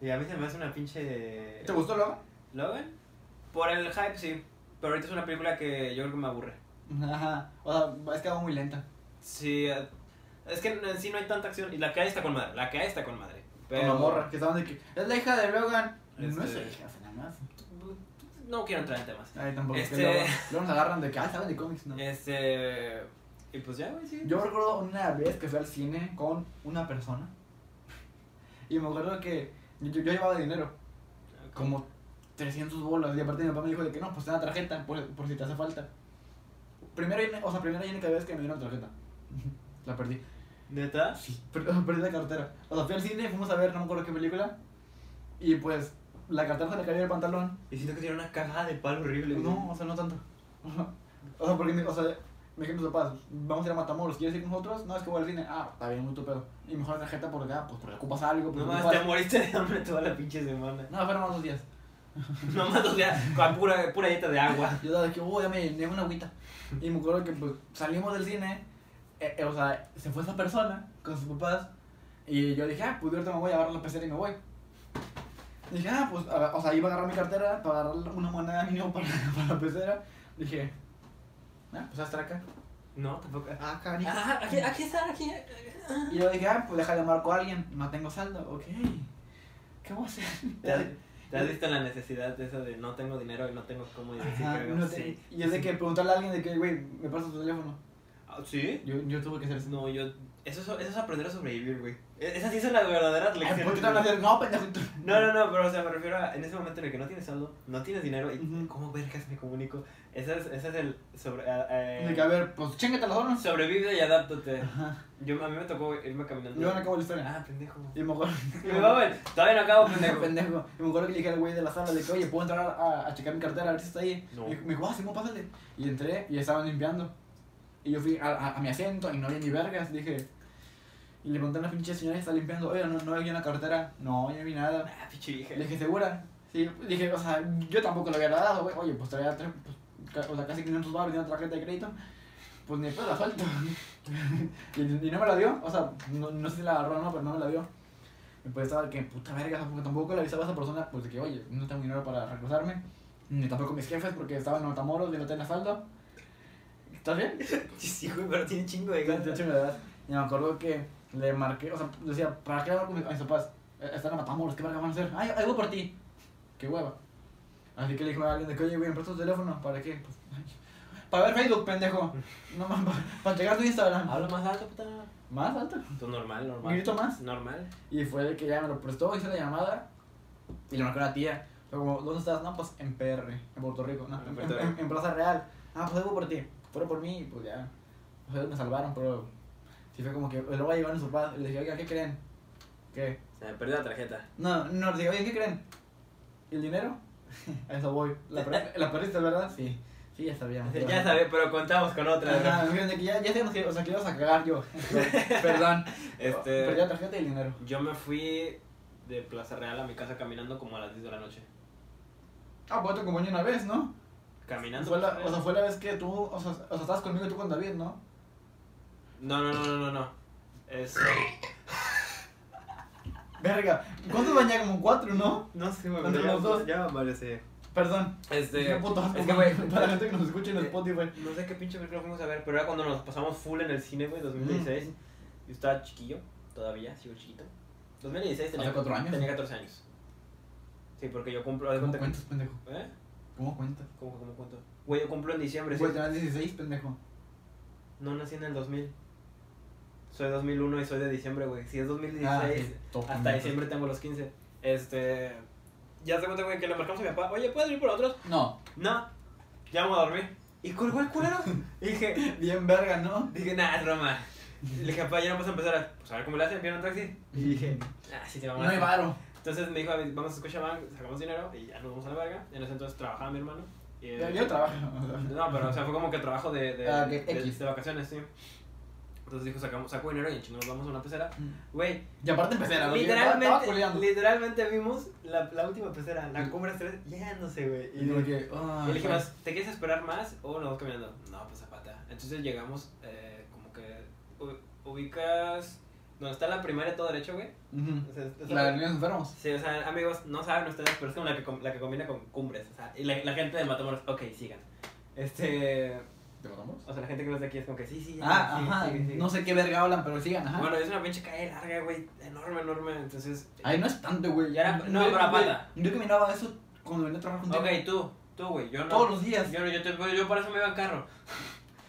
B: Y a mí se me hace una pinche.
A: ¿Te gustó Logan?
B: Logan? Por el hype, sí. Pero ahorita es una película que yo creo que me aburre.
A: Ajá. O sea, es que va muy lenta.
B: Sí. eh, Es que en sí no hay tanta acción. Y la que hay está con madre. La que hay está con madre.
A: Pero...
B: Pero.
A: la morra, que estaban de que. Es la hija de Logan. No es
B: Este-
A: su hija, se nada más.
B: No quiero entrar en temas.
A: Ay, tampoco. es que
B: Este-
A: luego, luego nos agarran de que, ah, saben de cómics, ¿no?
B: Este. Y pues ya, güey, sí.
A: Yo recuerdo una vez que fui al cine con una persona. [LAUGHS] Y me acuerdo que yo, yo llevaba dinero, como 300 bolas. Y aparte mi papá me dijo de que no, pues ten la tarjeta, por, por si te hace falta. Primera, y- o sea, primera y única vez que me dieron tarjeta. [LAUGHS] La perdí.
B: ¿Neta?
A: Sí, per- [LAUGHS] perdí la cartera. O sea, fui al cine, fuimos a ver, no me acuerdo qué película. Y pues, la cartera se le cayó del pantalón.
B: Y siento que tiene una caja de palo horrible, güey.
A: No, o sea, no tanto. [LAUGHS] O sea, porque, me- o sea, me dijeron mis papás, vamos a ir a Matamoros, ¿quieres ir con nosotros? No, es que voy al cine. Ah, está bien, muy tu pedo. Y mejor la tarjeta porque, ah, pues porque ocupas algo. Porque
B: No más,
A: ocupas-
B: te moriste de hambre toda la pinche semana. [LAUGHS]
A: No, fueron más dos días.
B: No más, o sea, con pura, pura dieta de agua.
A: Yo estaba de que, uy, ya me llené una agüita. Y me acuerdo que pues, salimos del cine, eh, eh, o sea, se fue esa persona con sus papás. Y yo dije, ah, pues ahorita me voy a agarrar la pecera y me voy. Y dije, ah, pues, a- o sea, iba a agarrar mi cartera para agarrar una moneda [LAUGHS] mínimo para, para la pecera. Dije, ah, pues hasta acá.
B: No, tampoco.
A: Ah, cariño.
B: Ah, aquí, aquí está, aquí.
A: Y yo dije, ah, pues déjale marco a alguien, no tengo saldo, ok. ¿Qué voy a hacer?
B: ¿Te has,
A: eh,
B: te has visto en la necesidad de esa de no tengo dinero y no tengo cómo decir
A: Ajá,
B: que haga?
A: no te-
B: Sí.
A: Y es de que preguntarle a alguien de que, güey, me pasa tu teléfono.
B: Ah, ¿Sí?
A: Yo, yo tuve que hacer eso.
B: No, yo Eso es, eso es aprender a sobrevivir, güey. E- Esas sí son las verdaderas
A: Ay, ¿Por qué
B: lecciones.
A: te van a
B: güey.
A: hacer? No, pendejo. tú-
B: No, no, no, pero o sea, me refiero a en ese momento en el que no tienes saldo, no tienes dinero y
A: Ujú.
B: cómo vergas me comunico. Ese es, ese es el sobre, a- eh,
A: De que, a ver, pues chingate las horas.
B: sobrevive y adáptate.
A: Ajá.
B: Yo, a mí me tocó irme caminando.
A: Yo no acabo la historia.
B: Ah, pendejo.
A: Y me acuerdo.
B: [LAUGHS] Y me va, güey. Todavía no acabo,
A: [LAUGHS]
B: pendejo.
A: pendejo. Y me acuerdo que le dije al güey de la sala, de que, oye, ¿puedo entrar a, a checar mi cartera a ver si está ahí?
B: No.
A: Y me dijo, ah, sí, ¿cómo pásale? Y entré y estaban limpiando. Y yo fui a, a- a mi asiento y no había ni vergas. Dije, y le pregunté a la pinche señora que está limpiando, oye, no, no había en la cartera. No, yo no vi nada.
B: Ah, pinche vieja.
A: Le dije, ¿segura? Sí, dije, o sea, yo tampoco lo había dado, güey. Oye, pues traía tres, pues, ca- o sea, casi 500 baros de una tarjeta de crédito. Pues ni pedo la suelto. [LAUGHS] y, y no me la dio, o sea, no, no sé si la agarró o no, pero no me la dio. Y pues estaba de que, puta verga, tampoco, tampoco le avisaba a esa persona, pues de que, oye, no tengo dinero para recusarme. Ni tampoco mis jefes, porque estaban en Otamoros, de no tener saldo. ¿Estás bien?
B: [LAUGHS] Sí, güey, pero tiene chingo de
A: Tengo
B: ganas.
A: 18 de edad. Y me acuerdo que le marqué, o sea, decía, ¿para qué hablar con mis, mis papás? Eh, Están a Matamoros, ¿qué verga van a hacer? Ay, algo por ti. Qué hueva. Así que le dije a alguien de que, oye, güey, ¿me prestas tu teléfono? ¿Para qué? Pues, [LAUGHS] ay, para ver Facebook, pendejo. No mames, [LAUGHS] para, para llegar a tu Instagram.
B: Habla más alto, puta.
A: Más alto.
B: Tú normal, normal.
A: Grito más.
B: Normal.
A: Y fue de que ya me lo prestó, hice la llamada. Y le marqué a la tía. Fue como, ¿dónde estás? No, pues en PR, en Puerto Rico. No,
B: En
A: en,
B: Puerto
A: en-
B: Rico.
A: en Plaza Real. Ah, pues algo por ti. Fueron por mí y pues ya. Ustedes me salvaron, pero. Sí fue como que luego llevaron a su padre. Le dije, oiga, ¿qué creen? ¿Qué?
B: Se me perdió la tarjeta.
A: No, no, le dije, oye, ¿qué creen? ¿Y el dinero? [LAUGHS] A eso voy. ¿La, per- la perdiste, verdad? Sí. Sí, Ah, ya sabíamos.
B: [LAUGHS] Ya sabes, pero contamos con otra. ¿verdad?
A: Ajá, fíjate que ya, ya sabíamos que, o sea, que ibas a cagar
B: [LAUGHS]
A: yo. Perdón.
B: Este-
A: Perdí la tarjeta y el dinero.
B: Yo me fui de Plaza Real a mi casa caminando como a las 10 de la noche.
A: Ah, pues te acompañé una vez, ¿no?
B: Caminando. pues,
A: Fue la,
B: Plaza
A: o sea,
B: Real.
A: fue la vez que tú, o sea, o sea, estabas conmigo y tú con David, ¿no?
B: No, no, no, no, no, Este, no. Es-
A: Verga, ¿cuántos bañé? Como cuatro, [COUGHS] ¿no?
B: No sé, güey.
A: Entre
B: pero ya-
A: los dos.
B: Ya me parece.
A: Perdón.
B: Este.
A: Qué puto asco,
B: es que, güey.
A: [LAUGHS] para la gente que nos escuche en
B: Eh,
A: Spotify.
B: [LAUGHS] No sé qué pinche película fuimos a ver, pero era cuando nos pasamos full en el cine, güey, 2016.
A: Mm.
B: Yo estaba chiquillo, todavía, sigo chiquito. 2016 tenía,
A: ¿Hace cuatro años?
B: tenía 14 años. Sí, porque yo cumplo. haz de
A: ¿Cómo
B: cuenta
A: cuentas, pendejo?
B: que- ¿Eh?
A: ¿Cómo cuentas?
B: ¿Cómo, que cómo cuánto? Güey, yo cumplo en diciembre, sí.
A: Güey, tenías 16, pendejo.
B: No nací en el 2000. Soy 2001 y soy de diciembre, güey. Si es 2016,
A: Ah, sí, todo
B: hasta
A: pendejo.
B: diciembre tengo los 15. Este. Ya se cuenta, güey, que le marcamos a mi papá. Oye, ¿puedes ir por otros?
A: No, [LAUGHS]
B: No. Ya vamos a dormir. Y colgó el culero. Y dije,
A: bien verga, ¿no?
B: Dije, nada, es broma. Le dije, papá, ya no vas a empezar a, pues, a ver cómo le hacen, ¿vieron un taxi? Y dije, ah, sí te vamos
A: No hay varo.
B: Entonces me dijo, a ver, vamos a Scotiabank, sacamos dinero y ya nos vamos a la verga. En ese entonces trabajaba mi hermano. y, eh,
A: Yo, yo
B: [LAUGHS]
A: trabajo. o sea.
B: No, pero, o sea, fue como que trabajo de, de,
A: Ah, de
B: de,
A: X.
B: de vacaciones, sí. Entonces dijo, sacamos, saco dinero y en chingo nos vamos a una pecera. Güey,
A: Y aparte empecé a Estaba
B: literalmente,
A: culeando.
B: literalmente vimos la, la última pecera, la cumbre estrella, llegándose, güey.
A: Y como que,
B: Y
A: ah,
B: le dije más, ¿te quieres esperar más o nos vamos caminando? No, pues zapata. Entonces llegamos, eh, como que u- ubicas donde está la primaria todo derecho, güey.
A: Ujú.
B: O sea, es- es-
A: La de los niños enfermos.
B: Sí, o sea, amigos, no saben ustedes, pero es como la que, com- la que combina con cumbres. O sea, y la, la gente de Matamoros, ok, sigan. Este,
A: ¿Te matamos?
B: o sea, la gente que no es de aquí es como que sí, sí, ya,
A: Ah,
B: sí,
A: ajá.
B: sí, sí".
A: No sé qué verga hablan, pero sigan, ajá.
B: Bueno, es una pinche calle larga, güey, enorme, enorme. Entonces,
A: Ahí no es tanto, güey.
B: Ya era- no,
A: Yo-
B: pero
A: yo-
B: apata.
A: Yo que miraba eso cuando venía a trabajar contigo.
B: ok, tú, tú, güey, yo no.
A: Todos los días.
B: Yo, no, yo, te- yo por eso me iba en carro.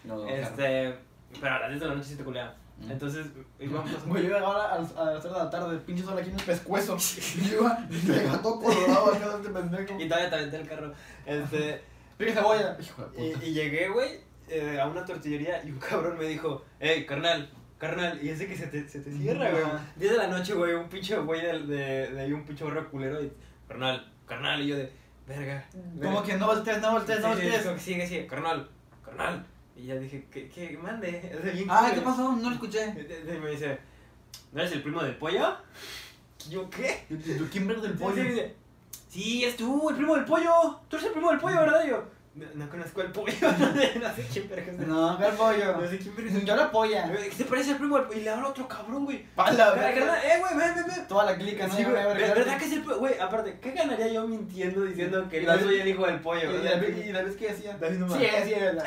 A: No, no, claro.
B: Este, pero a las 10 de la noche sí te culea.
A: Mm. [LAUGHS]
B: Entonces, íbamos a-
A: Güey, yo llegaba a las, a las 3 de la tarde, pinche sol aquí en el pescuezo. Y yo iba, yo llegaba todo colorado acá de este pendejo.
B: [LAUGHS] Y todavía te aventé el carro. Este,
A: Pique cebolla. Hijo
B: y,
A: de [LAUGHS] puta.
B: y llegué, güey, eh, a una tortillería y un cabrón me dijo, hey, carnal, carnal. Y ese que se te, se te cierra, güey.
A: Ajá.
B: 10 de la noche, güey, un pinche güey de, de, de ahí, un pinche borro culero. Y, carnal, carnal. Y yo de, verga.
A: Como que no voltees, no voltees, no
B: Sí, sí,
A: voltees.
B: como que sigue, sigue, carnal, carnal. Y ya dije, ¿qué, qué mande? [LAUGHS] O sea, bien
A: Ah,
B: culero.
A: ¿qué pasó? No lo escuché.
B: Y me dice, ¿no eres el primo del pollo? ¿Yo qué?
A: ¿Tu Kimber del pollo?
B: pollo. Sí, es tú, el primo del pollo. Tú eres el primo del pollo, ¿verdad? Y Yo no, no conozco al pollo. [LAUGHS] no sé quién verga es. No.
A: No, ¿qué el pollo?
B: sé quién verga es.
A: Yo la polla.
B: ¿Qué te parece el primo del pollo? Y le habla otro cabrón, güey.
A: Pala,
B: Cara, cara, Eh, güey, ven, ven, ven.
A: Toda la clica, ¿no?
B: Sí,
A: Yo
B: güey,
A: me voy a
B: ¿Verdad
A: vergar.
B: que es el pollo? Güey, aparte, ¿qué ganaría yo mintiendo diciendo que
A: Y
B: no
A: David-
B: soy el hijo del pollo?
A: Y
B: verdad?
A: la y la vez que decía.
B: David no
A: Sí,
B: mames.
A: es, sí, es
B: [LAUGHS]
A: verdad.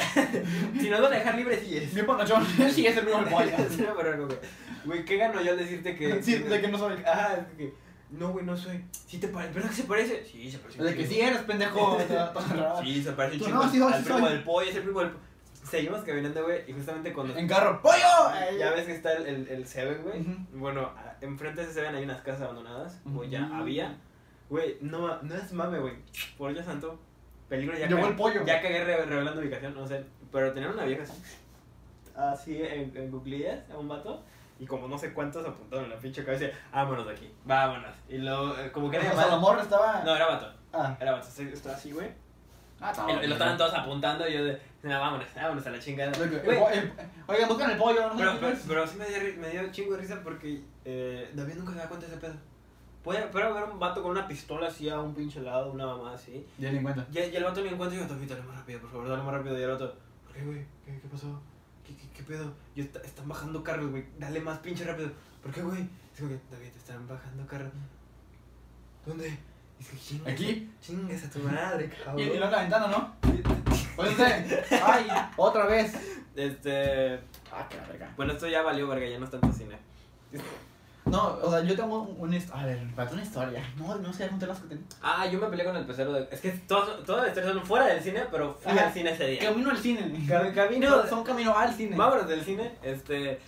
B: Si nos van a dejar libre, sí
A: [LAUGHS]
B: es.
A: Bien panachón. Sí, es el primo del pollo.
B: [LAUGHS] Sí, no, pero, güey, Güey, ¿qué gano yo al decirte que.
A: Sí, de que no soy.
B: Ajá, es que. No, güey, no soy. ¿Sí te parece? ¿Verdad que se parece? Sí, se parece. un
A: De que
B: chingo.
A: sí eres, pendejo. O sea, todo raro.
B: [LAUGHS] Sí, se parece un
A: Tú
B: chingo
A: no, sí, no,
B: al
A: sí
B: primo
A: soy.
B: del pollo, es el primo del pollo. Seguimos caminando, güey, y justamente cuando...
A: En carro, ¡pollo! Ay.
B: Ya ves que está el, el, el Seven, güey.
A: Ujú.
B: Bueno, a- enfrente de ese Seven hay unas casas abandonadas, o
A: Ujú.
B: ya había. Güey, no, ma- no es mame, güey. Por Dios santo. Película ya
A: Llegó
B: cagué-
A: el pollo.
B: Ya cagué re- revelando ubicación, no sé. Pero tenían una vieja así, así en, en cuclillas, a un vato. Y como no sé cuántos apuntaron en la pinche cabeza, y, vámonos de aquí, vámonos. Y luego, eh, como que era
A: O sea, la
B: vato.
A: morra estaba.
B: No, era vato,
A: Ah,
B: era vato. Así- Estaba así, güey.
A: ah,
B: Y lo- y lo estaban todos apuntando y yo de, "Nah, vámonos, vámonos a la chingada.
A: Lo que-
B: Güey,
A: el po- el- Oigan, buscan el pollo, no sé
B: pero,
A: qué
B: pero,
A: es.
B: pero sí me dio, ri- me dio chingo de risa porque eh, David nunca se da cuenta de ese pedo. Puede, puede haber un vato con una pistola así a un pinche lado, una mamá así.
A: Ya ni cuenta.
B: Y, y el vato me encuentra y yo, David, dale más rápido, por favor, dale más rápido. Y el vato, ¿por qué, güey? ¿Qué, qué pasó? ¿Qué, qué, qué pedo? Yo, "Está- están bajando carros, güey, dale más pinche rápido. ¿Por qué, güey? Es como que, David, están bajando carros. ¿Dónde? Y Es que chingas,
A: Aquí.
B: Chingas a tu
A: [LAUGHS]
B: madre,
A: Y,
B: cabrón.
A: y la otra ventana, ¿no? Pues este. Ay, otra vez.
B: [LAUGHS] Este.
A: Ah, qué la verga.
B: Bueno, esto ya valió, verga, ya no es tanto cine.
A: No, o sea, yo tengo un- una historia. A ver, para una historia. No, no sé contar las que tengo.
B: Ah, yo me peleé con el pecero de... Es que todas todas las historias son fuera del cine, pero fui
A: Ajá.
B: al cine ese día.
A: Camino al cine.
B: Ca- camino-
A: Son camino al cine.
B: Vámonos del cine, este...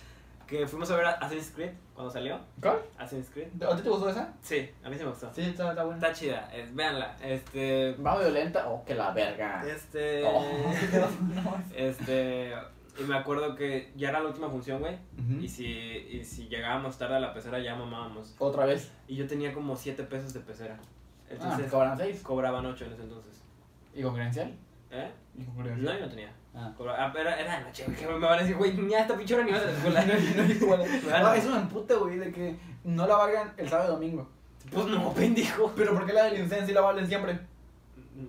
B: Que fuimos a ver Assassin's Creed cuando salió.
A: ¿Cuál?
B: Assassin's Creed.
A: ¿A ti te gustó esa?
B: Sí, a mí sí me gustó.
A: Sí, está, está buena.
B: Está chida, es, véanla. Este...
A: ¿Va violenta o que la verga?
B: Este...
A: Ah. Oh, qué dolor.
B: [LAUGHS] Este... Y me acuerdo que ya era la última función, güey.
A: Ujú.
B: Y si, y si llegábamos tarde a la pecera ya mamábamos.
A: [LAUGHS] Otra vez.
B: Y yo tenía como 7 pesos de pecera.
A: Ah,
B: Entonces
A: cobran seis.
B: cobraban 8 en ese entonces.
A: ¿Y con credencial?
B: ¿Eh?
A: ¿Y con
B: No,
A: credencial?
B: yo no tenía.
A: Ah.
B: Ah, pero era de noche, güey, que me van a decir, güey, ni a esta pinche hora ni vas a la [LAUGHS] escuela. Claro.
A: Ah, No, eso me emputa, güey, de que no la valgan el sábado y domingo.
B: Pues no, pendejo.
A: Pero ¿por qué la del incendio sí la valen siempre?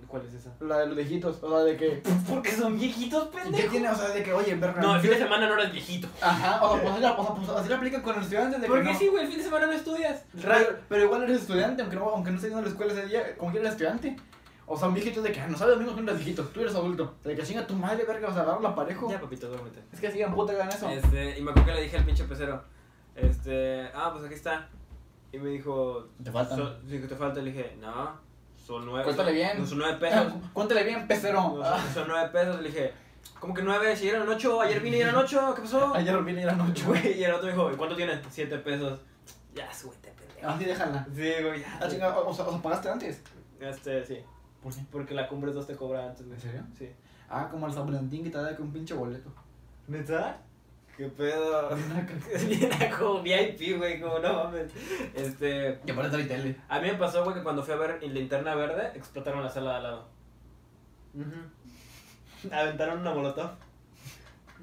B: ¿Cuál es esa?
A: La de los viejitos, o sea, de que...
B: Pues Porque son viejitos,
A: ¿Y ¿Qué
B: pendejo.
A: tiene? O sea, de que, oye, verga...
B: No, el fin de semana no eres viejito.
A: Ajá, o sea, pues, así la- o sea, pues, así la aplica con los estudiantes de
B: ¿Por
A: que
B: qué
A: no.
B: sí, güey? El fin de semana no estudias.
A: Pero, pero igual eres estudiante, aunque no, aunque no estés yendo a la escuela ese día, como quieres eres estudiante. O sea, viejitos de que, ah, no sabes domingo que no eres viejito, tú eres adulto. De que chinga tu madre, verga, o sea, la parejo.
B: Ya, papito, duérmete.
A: Es que sigan puta ganan eso.
B: Este, y me acuerdo que le dije al pinche pecero, este, ah, pues aquí está. Y me dijo,
A: Te
B: so- dijo, ¿te falta? Le dije, no, son nueve.
A: Cuéntale
B: son-
A: bien.
B: no, son nueve [LAUGHS] pesos.
A: [LAUGHS] Cuéntale bien, pecero.
B: No,
A: Ah,
B: son, son nueve pesos. Le dije, ¿cómo que nueve? Si eran ocho, ayer vine y eran ocho, ¿qué pasó?
A: Ayer vine y era noche, güey.
B: Güey, y el otro dijo, ¿y cuánto tienes? Siete pesos. Ya, súbete, pendejo.
A: Así déjala.
B: Sí, güey, ya.
A: Ah, chinga, o, o sea, o sea, pagaste antes.
B: Este, sí.
A: ¿Por qué?
B: Porque la cumbre 2 te cobra antes, güey.
A: ¿En serio?
B: Sí.
A: Ah, como el San Valentín que te da con un pinche
B: [LAUGHS]
A: boleto.
B: ¿Neta? ¿Qué pedo? [LAUGHS] Era como VIP, güey, como no mames. Este.
A: Y aparte trae tele.
B: A mí me pasó, güey, que cuando fui a ver en Linterna Verde, explotaron la sala de al lado. Aventaron una molotov.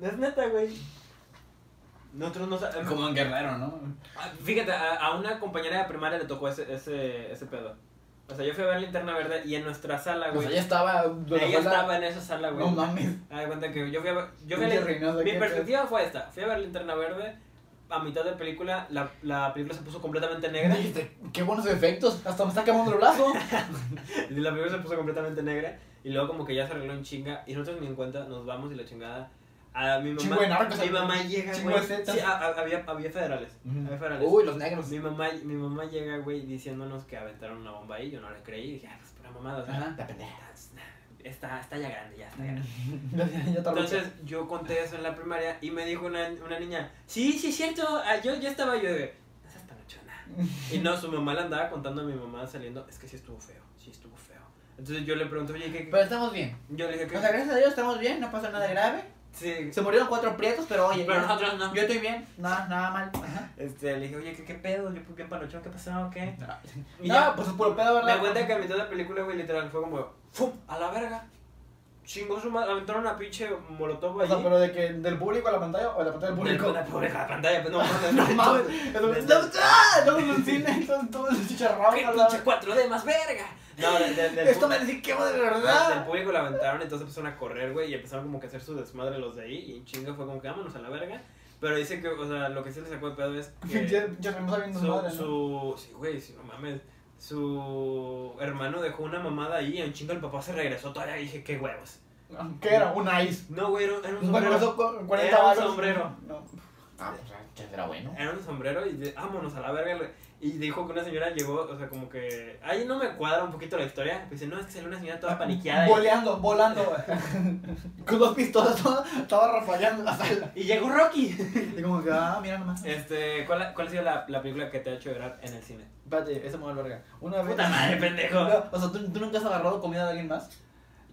B: Es neta, güey. Nosotros no sabemos.
A: Como en Guerrero, ¿no?
B: Ah, Fíjate, a, a una compañera de primaria le tocó ese, ese, ese pedo. O sea, yo fui a ver Linterna Verde y en nuestra sala,
A: O
B: güey.
A: sea, ya estaba.
B: ella estaba en esa sala, güey.
A: No mames.
B: Haz de cuenta que yo fui a ver. Yo fui a
A: Pinche
B: la-
A: reinado,
B: mi
A: ¿qué
B: perspectiva fue esta: fui a ver Linterna Verde. A mitad de película, la, la película se puso completamente negra. y
A: Dijiste, qué buenos efectos. Hasta me está quemando el brazo.
B: [LAUGHS] la película se puso completamente negra. Y luego, como que ya se arregló en chinga. Y nosotros ni en cuenta, nos vamos y la chingada. A mi mamá.
A: Chingo de narcos,
B: mi
A: a-
B: mamá llega,
A: chingo
B: güey.
A: de zetas.
B: Sí, a- a- había, había federales. Había federales.
A: Uy, los negros.
B: Mi mamá, mi mamá llega, güey, diciéndonos que aventaron una bomba ahí. Yo no le creí. Dije, ah, pues pura mamada. o sea,
A: Ajá, la pendeja.
B: está, está ya grande, ya está grande.
A: Ya- ya- ya está
B: Entonces
A: roto.
B: yo conté eso en la primaria y me dijo una, una niña, sí, sí, es cierto, ah, yo, yo estaba yo de, no seas tan
A: [LAUGHS]
B: ochona". Y no, su mamá le andaba contando a mi mamá saliendo, es que sí estuvo feo, sí estuvo feo. Entonces yo le pregunté, oye, ¿qué? qué-?"
A: Pero estamos bien.
B: Yo le dije,
A: O sea,
B: ¿qué?
A: gracias a Dios estamos bien, no pasó nada grave.
B: Sí,
A: Se murieron cuatro prietos, pero oye.
B: pero
A: yo-
B: nosotros no.
A: Yo estoy bien, nada, nada mal. Ajá.
B: Este, le dije, oye, ¿qué, qué pedo? Yo, ¿por qué panochón? ¿Qué pasó? ¿Qué? Y
A: No, pues es puro pedo,
B: Me
A: ¿verdad?
B: da cuenta que a mitad de la película, güey, literal, fue como, ¡fum! ¡A la verga! Chingó su madre, aventaron una pinche molotov
A: O
B: ahí.
A: sea, pero de que del público a la pantalla o de la pantalla al
B: Del-
A: público. [LAUGHS]
B: la pobre la pantalla, pues no,
A: No
B: mames,
A: mames, estamos ¡ah! Estamos en un cine, estamos todos chicharrados.
B: ¡Qué
A: a la-
B: pinche 4D más verga! No, del, del, del,
A: Esto
B: pu-
A: me dice que de
B: del
A: verdad.
B: público la aventaron, entonces empezaron a correr, güey, y empezaron como que a hacer su desmadre los de ahí, y en chinga fue como que vámonos a la verga. Pero dice que, o sea, lo que sí le sacó de pedo
A: [LAUGHS]
B: es
A: Ya
B: que
A: ya me
B: su,
A: viendo madre, ¿no?
B: su, sí, güey, sí, no mames, su hermano dejó una mamada ahí, y en chinga el papá se regresó todavía, y dije, qué huevos.
A: ¿Qué era? Un ice.
B: No, güey, era, era un
A: Un
B: sombrero.
A: sombrero con 40
B: Era un
A: varos.
B: sombrero.
A: No.
C: Ah, pues ah, tendrá bueno.
B: Era un sombrero y de, vámonos a la verga. le- Y dijo que una señora llegó, o sea, como que. Ahí no me cuadra un poquito la historia. Pues dice, no, es que salió una señora
A: Ah,
B: toda paniqueada. y-
A: Boleando, volando.
B: [LAUGHS]
A: Con dos pistolas, todo- estaba rafallando la sala.
B: Y, llegó Rocky.
A: Y como que, ah, mira nomás.
B: Este, ¿cuál, ha- ¿cuál ha sido la, la película que te ha hecho llorar en el cine?
A: Espérate, esa mujer verga. Una vez.
B: Puta madre, pendejo.
A: No, o sea, ¿tú, tú nunca has agarrado comida de alguien más.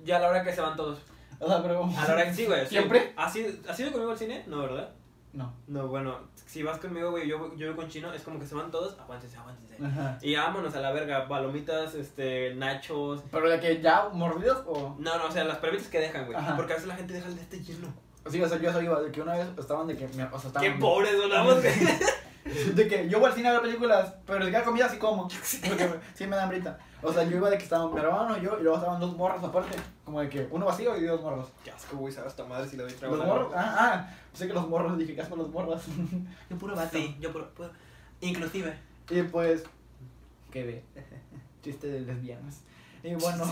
B: Ya a la hora que se van todos.
A: O sea, pero como.
B: A la hora que sí, güey. sí.
A: ¿Siempre?
B: ¿Has ido, has ido conmigo al cine? No, ¿verdad?
A: No.
B: No, bueno, si vas conmigo, güey, yo, yo voy con chino, es como que se van todos, aguántense, aguántense.
A: Ajá.
B: Y vámonos a la verga, palomitas, este, nachos.
A: Pero de que ya mordidos o.
B: No, no, o sea, las palomitas que dejan, güey.
A: Ajá.
B: Porque a veces la gente deja el de este lleno.
A: Sí, o sea, yo eso iba, de que una vez estaban de que. O sea, estaban.
B: ¡Qué pobres sonamos, güey!
A: [LAUGHS] De que yo voy al cine a ver películas, pero si queda comida [LAUGHS] sí como. Porque sí me da hambrita. O sea, yo iba de que estaban mi hermano y yo, y luego estaban dos morros aparte. Como de que uno vacío y dos morros.
B: [LAUGHS] ¡Qué asco, güey! Sabes esta madre si la voy
A: Los morros, ah, ah. Sé que los morros, dije, ¿qué hacen los morros? [LAUGHS] yo puro vato.
B: Sí, yo por, por- Inclusive.
A: Y pues. Que ve. [LAUGHS] Chiste de lesbianas. [LAUGHS] Y bueno.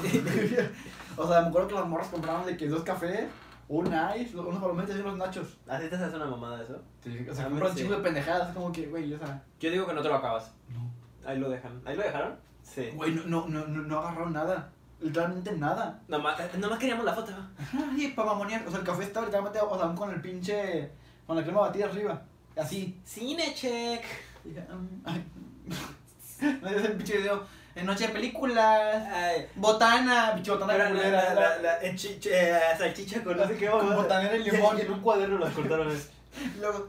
A: o sea, me acuerdo que los morros compraban de que dos cafés, un ice, unos palomitas y unos nachos.
B: ¿A ti te hace una mamada eso?
A: Sí, o sea,
B: Ah,
A: compraban un
B: sí.
A: chingo de pendejadas. Como que, güey, o sea.
B: Yo digo que no te lo acabas.
A: No.
B: Ahí lo dejan. ¿Ahí lo dejaron? Sí.
A: Güey, no, no, no, no- no agarraron nada. Literalmente nada.
B: Nomás, eh, nomás queríamos la foto.
A: Ay, para mamonear. O sea, el café estaba literalmente, o sea, con el pinche. Con la crema batida arriba.
B: [LAUGHS]
A: Así.
B: Cine check.
A: Y dije, mm, ay. No es el pinche video. En noche de películas.
B: Ay,
A: Botana, pinche botana
B: Pero la,
A: culera.
B: la, la, la- eh, chi- chi- eh, salchicha con no sé qué
A: Con
B: mamada.
A: botanera y
B: Y-
A: limón.
B: Y en un cuaderno las cortaron.
A: Luego,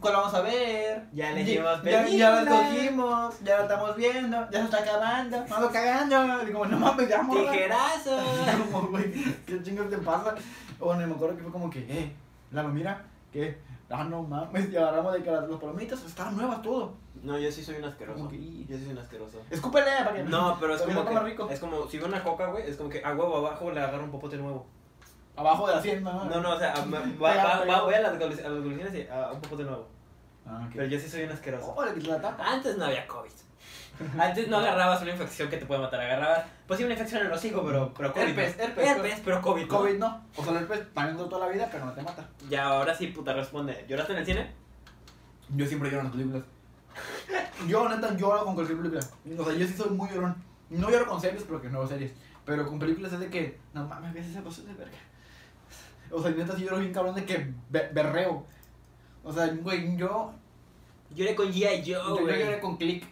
A: ¿cuál vamos a ver?
B: Ya le
A: Ya-
B: llevas
A: ya, ya la
B: película.
A: escogimos, ya la estamos viendo, ya se está acabando, vamos cagando. Y como, no mames, ya morra.
B: Tijerazo.
A: [LAUGHS] Como, güey, ¿qué chingos te pasa? Bueno, y me acuerdo que fue como que, eh, la mira, que, ah, no mames, y agarramos de que las- los palomitas, estaban nuevas todo.
B: No, yo sí soy un asqueroso.
A: Ok.
B: Yo sí soy un asqueroso.
A: Escúpele para que
B: No, pero es
A: para que
B: como
A: no coma
B: que,
A: rico.
B: es como si veo una coca, güey, es como que a huevo abajo le agarro un popote nuevo.
A: Abajo de la hacienda, ¿no?
B: No, no, o sea, a-
A: [LAUGHS]
B: me- va,
A: Pegado,
B: va, va,
A: pegado.
B: voy a las golosinas, a las golosinas y a un popote nuevo.
A: Ah, ok.
B: Pero yo sí soy un asqueroso.
A: Oh, le quité la tapa.
B: Antes no había COVID. Antes no agarrabas una infección que te puede matar, agarrabas pues sí una infección en el hocico, pero pero COVID.
A: Herpes,
B: ¿no?
A: herpes.
B: pero COVID. ¿no?
A: COVID no. O sea, el herpes también duró toda la vida, pero no te mata.
B: Ya ahora sí, puta, responde. ¿Lloraste en el cine?
A: Yo siempre lloro en las películas. Yo, neta, lloro con cualquier película. O sea, yo sí soy muy llorón. No lloro con series porque no veo series. Pero con películas es de que, no mames, ves esa cosa de verga. O sea, neta, sí lloro bien cabrón de que be- berreo. O sea, güey, yo,
B: Lloré con G.I.
A: yo,
B: Joe,
A: yo
B: Oh, güey.
A: lloré con Click.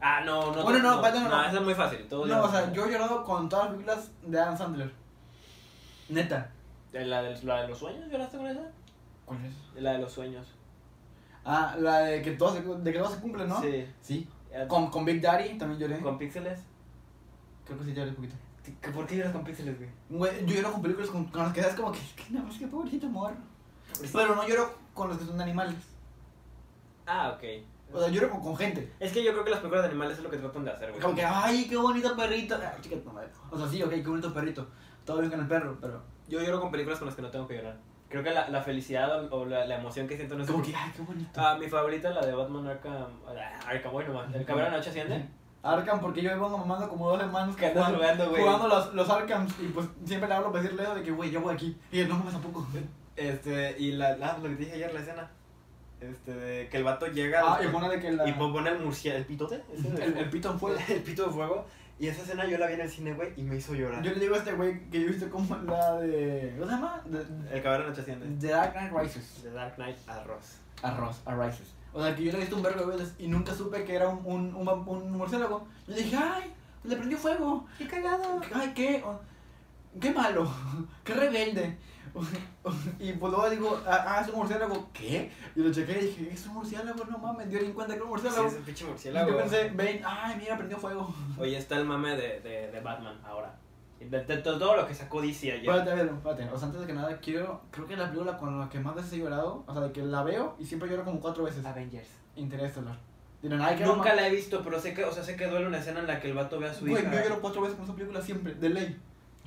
B: Ah, no, no.
A: Bueno, no, bueno, no.
B: No, eso es muy fácil. Todo
A: No, o sea, yo he llorado con todas las películas de Adam Sandler. Neta.
B: ¿La de, ¿La de los sueños lloraste con esa?
A: ¿Cuál es?
B: La de los sueños.
A: Ah, la de que todo se, de que todo se cumple, ¿no?
B: Sí.
A: Sí.
B: Eh,
A: Con, con Big Daddy también lloré.
B: ¿Con píxeles?
A: Creo que sí lloré un poquito.
B: ¿Qué- ¿Por qué lloras con píxeles, güey?
A: Güey, yo lloro con películas con, con las que es como que, que nada más que pobrecito morro.
B: Pues,
A: Pero no lloro con los que son de animales.
B: Ah, ok.
A: O sea, lloro con, con gente.
B: Es que yo creo que las películas de animales es lo que tratan de hacer, güey.
A: Como que, ay, qué bonito perrito. Ay, chica, tu madre. O sea, sí, ok, qué bonito perrito. Todo bien con el perro, pero.
B: Yo lloro con películas con las que no tengo que llorar. Creo que la, la felicidad o, o la, la emoción que siento no es
A: Como que, ay, qué bonito.
B: Ah, mi favorita, la de Batman Arkham. ah, Arkham, bueno, man. El cabrón de la noche asciende.
A: Arkham, porque yo me pongo mamando como dos hermanos
B: Que andas
A: jugando,
B: jugando, güey.
A: jugando los, los Arkhams. Y pues siempre le hablo para decirle eso de que, güey, yo voy aquí. Y él, no mames tampoco.
B: Este, y la, la, lo que te dije ayer, la escena. Este, de que el vato llega.
A: Ah, y
B: después-
A: pone de que la.
B: Y pon- pone el murciélago, el pitote, ese de-
A: el, el pito en fuego.
B: el pito de fuego. Y esa escena yo la vi en el cine, güey, y me hizo llorar.
A: Yo le digo a este güey que yo he visto como la de. ¿Cómo se llama? De,
B: El cabrón de noche asciende.
A: The Dark Knight Rises.
B: The Dark Knight Arroz.
A: Arroz, Arises. O sea, que yo le he visto un verbo de veces y nunca supe que era un, un, un, vam- un murciélago. Yo dije, ¡ay! pues Le prendió fuego.
B: ¡Qué cagado!
A: ¡Ay, qué! o- ¡Qué malo! [LAUGHS] ¡Qué rebelde! [LAUGHS] y pues luego digo, ah, ah, es un murciélago. ¿Qué? Y lo chequé y dije, es un murciélago, no mames, dio ni cuenta que era un
B: Sí,
A: murciélago.
B: es un pinche
A: Y
B: murciélago.
A: yo pensé, ven, ay, mira, prendió fuego.
B: Oye, está el mame de, de, de Batman ahora. De, de- de todo lo que sacó DC ayer.
A: Espérate, a ver, espérate. O sea, antes de que nada, quiero. Creo que la película con la que más veces he llorado, o sea, de que la veo y siempre lloro como cuatro veces.
B: Avengers.
A: Interestelar. Dirán, ay, qué
B: Nunca la he visto, pero sé que, o sea, sé que duele una escena en la que el vato ve a su
A: Güey,
B: hija.
A: yo lloro cuatro veces con esa película siempre, de ley.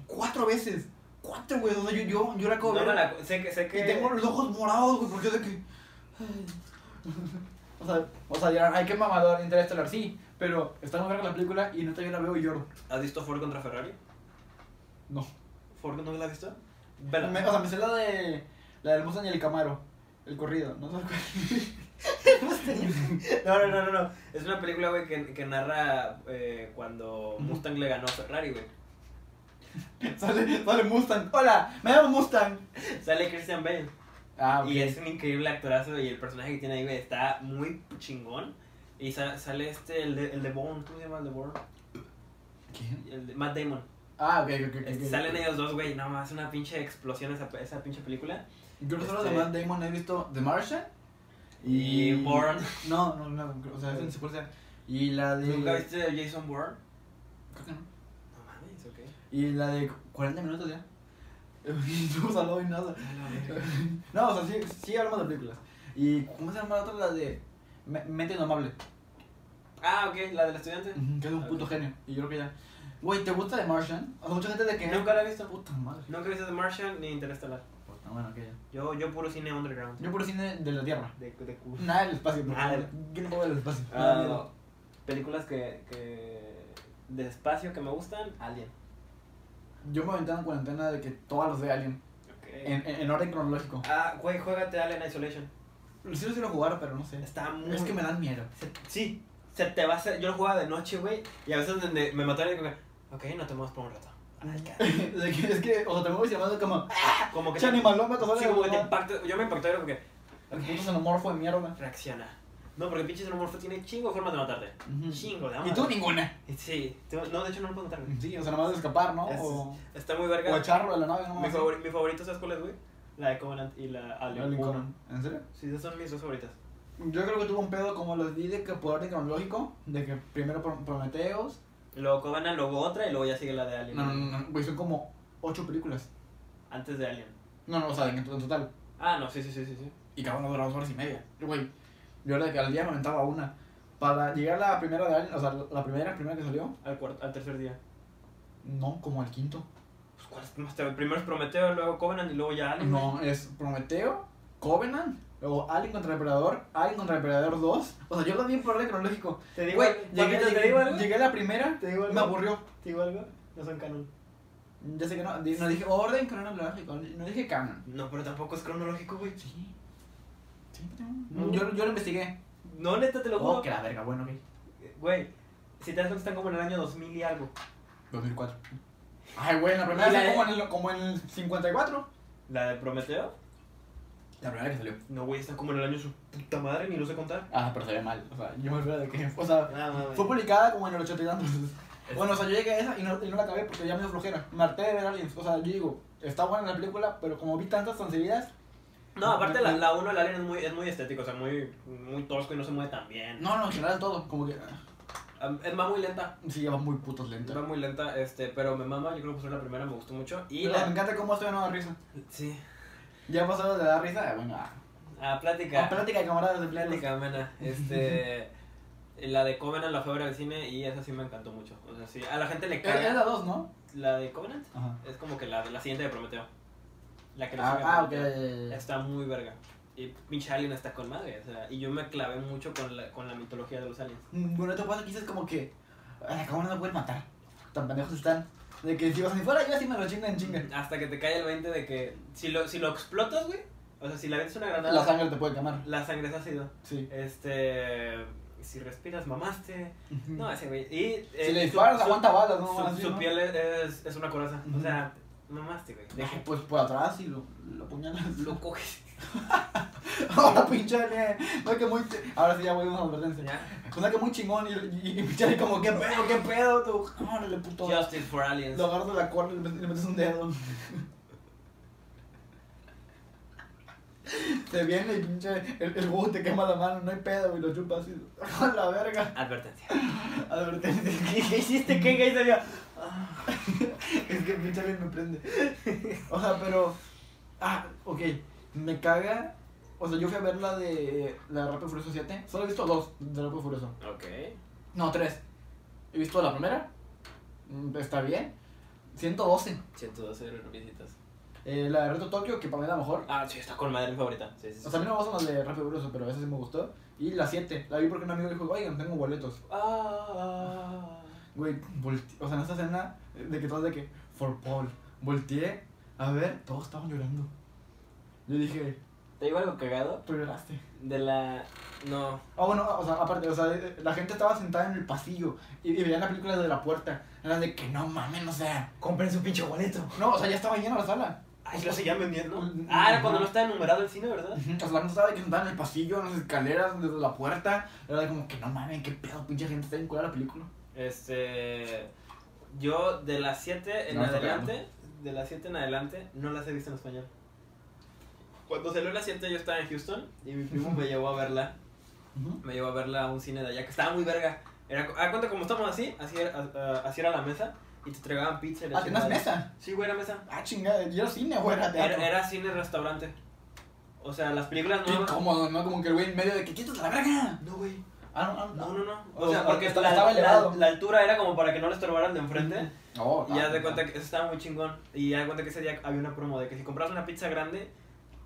A: Cuatro veces. Cuatro, güey. O sea, yo, yo, yo la acabo de
B: No,
A: ver
B: no, la, sé que, sé que.
A: Y tengo los ojos morados, güey, porque es de que. [LAUGHS] o sea, o sea, dirán, ay, qué mamador, Interestelar, sí. Pero está muy verga la película y neta yo la veo y lloro.
B: ¿Has visto Ford contra Ferrari?
A: No.
B: ¿Ford no la has visto? Vela.
A: Me- o sea, me sé la de. La del Mustang y el Camaro. El corrido, no [LAUGHS] sé
B: [LAUGHS] No, no, no, no, no. Es una película, güey, que, que narra eh, cuando Mustang le ganó a Ferrari, güey.
A: sale, sale Mustang. Hola, me llamo Mustang.
B: Sale Christian Bale.
A: Ah,
B: Y es un increíble actorazo y el personaje que tiene ahí, güey, está muy chingón. Y sa- sale este, el de, el de Bourne, ¿cómo se llama el de Bourne?
A: ¿Quién?
B: El de Matt Damon.
A: Ah, ok, ok, ok.
B: Este,
A: ok.
B: salen ellos dos, güey, no, es una pinche explosión esa, esa pinche película.
A: Creo que solo de
B: este-
A: Matt Damon he visto The Martian.
B: Y Bourne.
A: No, no, no, o sea, es en secuencia. Y la de.
B: ¿Nunca viste a Jason Bourne?
A: Creo que no.
B: No mames, ok.
A: Y la de 40 minutos ya. [LAUGHS] no hemos hablado de nada. No, o sea, sí, sí hablamos de películas. ¿Y cómo se llama la otra? La de Me- Mente Indomable.
B: Ah, ok, la del estudiante.
A: Que es un puto genio. Y yo creo que ya. Güey, ¿te gusta The Martian? O sea, mucha gente de que.
B: Nunca la he visto.
A: Puta madre.
B: Nunca viste The Martian ni Interestelar.
A: Puta, bueno, que ya.
B: Yo, yo puro cine underground.
A: Yo por cine de la Tierra.
B: De, de cu-
A: Nada del espacio. por
B: Nada
A: favor. Yo no puedo ver el espacio. me da
B: Ah,
A: miedo.
B: películas que, que de espacio que me gustan, Alien.
A: Yo me aventaba en cuarentena de que todas los de Alien. En, en, en orden cronológico.
B: Ah, güey, juégate Alien Isolation.
A: Sí los quiero jugar, pero no sé.
B: Está muy
A: Es que me dan miedo.
B: se- sí, se te va a hacer. Yo lo jugaba de noche, güey, y a veces donde me mataron y como, ok, no te muevas por un rato. Ay, caray.
A: De que- [LAUGHS] es que, o sea, te mueves llamando
B: [LAUGHS]
A: como.
B: Como que
A: Che, animalón, me
B: Sí, como que te
A: pasó
B: impacta. Yo me impacté era como que [LAUGHS]
A: el puto xenomorfo de mierda.
B: reacciona. No, porque pinche xenomorfo tiene chingo de formas de matarte.
A: Ujú.
B: Chingo, de
A: Mm. Y tú ninguna.
B: Sí, tú- no, de hecho no lo puedo matar. güey.
A: Sí, o sea, nada más de escapar, ¿no?
B: Es-
A: O,
B: Está muy
A: o
B: verga.
A: echarlo de la nave, ¿no?
B: Mi,
A: Así.
B: favori- mi favorito, ¿sabes cuál es, güey? La de Covenant y la Alien.
A: Alien
B: uno.
A: Covenant. ¿En serio?
B: Sí, esas son mis dos favoritas.
A: Yo creo que tuvo un pedo como los vi de que por orden cronológico, de que primero Pro- Prometeos.
B: Luego Covenant, luego otra y luego ya sigue la de Alien.
A: No, no, no, no, güey, son como ocho películas.
B: Antes de Alien.
A: No, no, o sea, en, en total.
B: Ah, no, sí, sí, sí, sí. sí.
A: Y cada una dura dos horas y media. Güey, yo era de que al día me aventaba una. Para llegar a la primera de Alien, o sea, la primera, primera que salió,
B: Al, cuarto, al tercer día.
A: no, como al quinto.
B: Pues, ¿cuál es más te- Primero es Prometeo, luego Covenant y luego ya Alien. güey.
A: No, es Prometeo, Covenant, luego Alien contra el Emperador, Alien contra el Emperador 2. O sea, yo lo vi por orden cronológico.
B: Te digo,
A: Güey,
B: algo.
A: llegué,
B: Papito,
A: llegué,
B: te digo algo.
A: llegué a la primera,
B: Te digo algo.
A: me aburrió.
B: Te digo algo. No son canon.
A: Ya sé que no, di- no dije orden cronológico, no dije canon.
B: No, pero tampoco es cronológico, güey.
A: Sí. Sí,
B: No.
A: Yo, yo lo investigué.
B: No, neta, te lo juro.
A: Oh, que la verga, bueno, ok.
B: Güey, si te das cuenta, están como en el año 2000 y algo.
A: 2004. Ay, güey, la primera
B: Y la
A: fue
B: de-
A: como en, el, como en el 54.
B: ¿La de Prometeo?
A: La primera que salió.
B: No, güey, están como en el año su puta madre, ni lo sé contar.
A: Ah, pero se ve mal. O sea, yo me olvidé de que. O sea,
B: Nada, mames.
A: fue publicada como en el 80 y [LAUGHS] tantos. Bueno, o sea, yo llegué a esa y no, y no la acabé porque ya me dio flojera. Me harté de ver aliens. O sea, yo digo, está buena la película, pero como vi tantas tan seguidas.
B: No, aparte la, la 1 la Alien es muy, es muy estético, o sea, muy, muy tosco y no se mueve tan bien.
A: No, no, en general todo. Como que. ah,
B: Am- Es va muy lenta.
A: Sí, va muy putos lento.
B: Va muy lenta, este, pero me mama, yo creo que fue la primera, me gustó mucho. Y
A: Y me
B: la...
A: encanta cómo estoy no da risa.
B: Sí.
A: Ya pasado de dar risa, eh, bueno. ah.
B: Ah,
A: A
B: plática.
A: plática de camaradas de plática.
B: Plática amena. [LAUGHS] Este... La de Covenant la fue a ver al cine y esa sí me encantó mucho. O sea, sí, a la gente le
A: Es es
B: caga.
A: la dos, ¿no?
B: La de Covenant
A: Ajá.
B: es como que la, la siguiente de Prometeo. La que le
A: Ah,
B: sigue a
A: ah, ok.
B: Prometeo.
A: ya, ya, ya.
B: Está muy verga. Y pinche Alien está con madre. O sea, y yo me clavé mucho con la, con la mitología de los aliens.
A: Mm, Bueno, esto pasa quizás como que. A la cámara no me pueden matar. Tan pendejos están. De que si vas ni fuera, yo así me lo chingan, chingan.
B: Hasta que te cae el 20 de que si lo, si lo explotas, güey. O sea, si la avientas una granada.
A: La sangre te puede quemar.
B: la sangre es ácido.
A: Sí.
B: Este. Si respiras, mamaste.
A: Mm.
B: No, ese güey. Y.
A: Si le disparas, aguanta balas, ¿no?
B: Su,
A: Así,
B: su
A: ¿no?
B: piel es, es una coraza. O
A: Ujú.
B: sea, mamaste, güey. De
A: Ay,
B: que
A: pues por atrás y lo, lo [LAUGHS] apuñalas.
B: Lo coges.
A: Ahora pinche alien. No que muy. ch- Ahora sí ya voy a una advertencia.
B: Ya.
A: O sea que muy chingón y, y, y pinche alien como, ¿qué pedo, qué pedo? Tú, órale, puto.
B: Justice for aliens.
A: Lo agarras de la corda y le met- le metes un dedo. [LAUGHS] Te viene y pinche el, el huevo te quema la mano, no hay pedo, y [LAUGHS] lo chupas así. ¡A la verga!
B: Advertencia.
A: Advertencia.
B: ¿Qué, qué hiciste? ¿Qué gay sería? Ah.
A: [LAUGHS] Es que pinche bien me prende. O sea, pero. Ah, ok. Me caga. O sea, yo fui a ver la de. La de Rápido y Furioso 7. Solo he visto dos de Rápido y Furioso.
B: Ok.
A: No, tres. He visto la primera. Mm, Está bien. 112.
B: 112 visitas.
A: Eh, la de Reto Tokio, que para mí es la mejor.
B: Ah, sí, está con madre mi favorita. Sí, sí, sí.
A: O sea, a mí no me gustan las de Rápido y Furioso, pero esa sí me gustó. Y la 7, la vi porque un amigo dijo, oigan, tengo boletos.
B: Ah,
A: Güey, volte- o sea, en esta escena eh, de que todos de que, for Paul, volteé, a ver, todos estaban llorando. Yo dije,
B: Te digo algo cagado.
A: Pero lloraste.
B: De la. No.
A: Ah, bueno, o sea, aparte, o sea, eh, la gente estaba sentada en el pasillo y, y veían la película desde la puerta. Eran de que no mamen, o sea.
C: Compren su pinche boleto.
A: No, o sea, ya estaba llena Ah, la sala.
C: Ay, lo seguían vendiendo.
A: Mm,
B: Ah, era
A: ajá.
B: cuando no estaba enumerado el cine, ¿verdad?
A: Ujú, O sea, la gente estaba de que sentada en el pasillo, en las escaleras, desde la puerta. Era de como que no mamen, qué pedo, pinche gente está vinculada la película.
B: Este. Yo de las 7 en
A: No, está
B: adelante. De las 7 en adelante no las he visto en español. Cuando salió las 7 yo estaba en Houston y mi primo me llevó a verla.
A: Ujú.
B: Me llevó a verla a un cine de allá que estaba muy verga. Era, ah, cuenta como estamos así, así era, ah, así era la mesa y te entregaban pizza. y la
A: Ah, tenías
B: chingada.
A: mesa.
B: Sí, güey, era mesa.
A: Ah, chingada, yo era cine, güey, era teatro.
B: Era, era cine-restaurante. O sea, las películas
A: Qué
B: no.
A: incómodo, ¿no? Como que el güey en medio de que quítate la verga.
B: No, güey.
A: Ah, no, ah,
B: No, no, no.
A: O
B: O sea,
A: sea,
B: porque
A: está-
B: la,
A: estaba
B: la-
A: elevado.
B: la altura era como para que no le estorbaran de enfrente.
A: Oh,
B: Y haz
A: claro,
B: de cuenta
A: claro.
B: que eso estaba muy chingón. Y ya de cuenta que ese día había una promo de que si compras una pizza grande,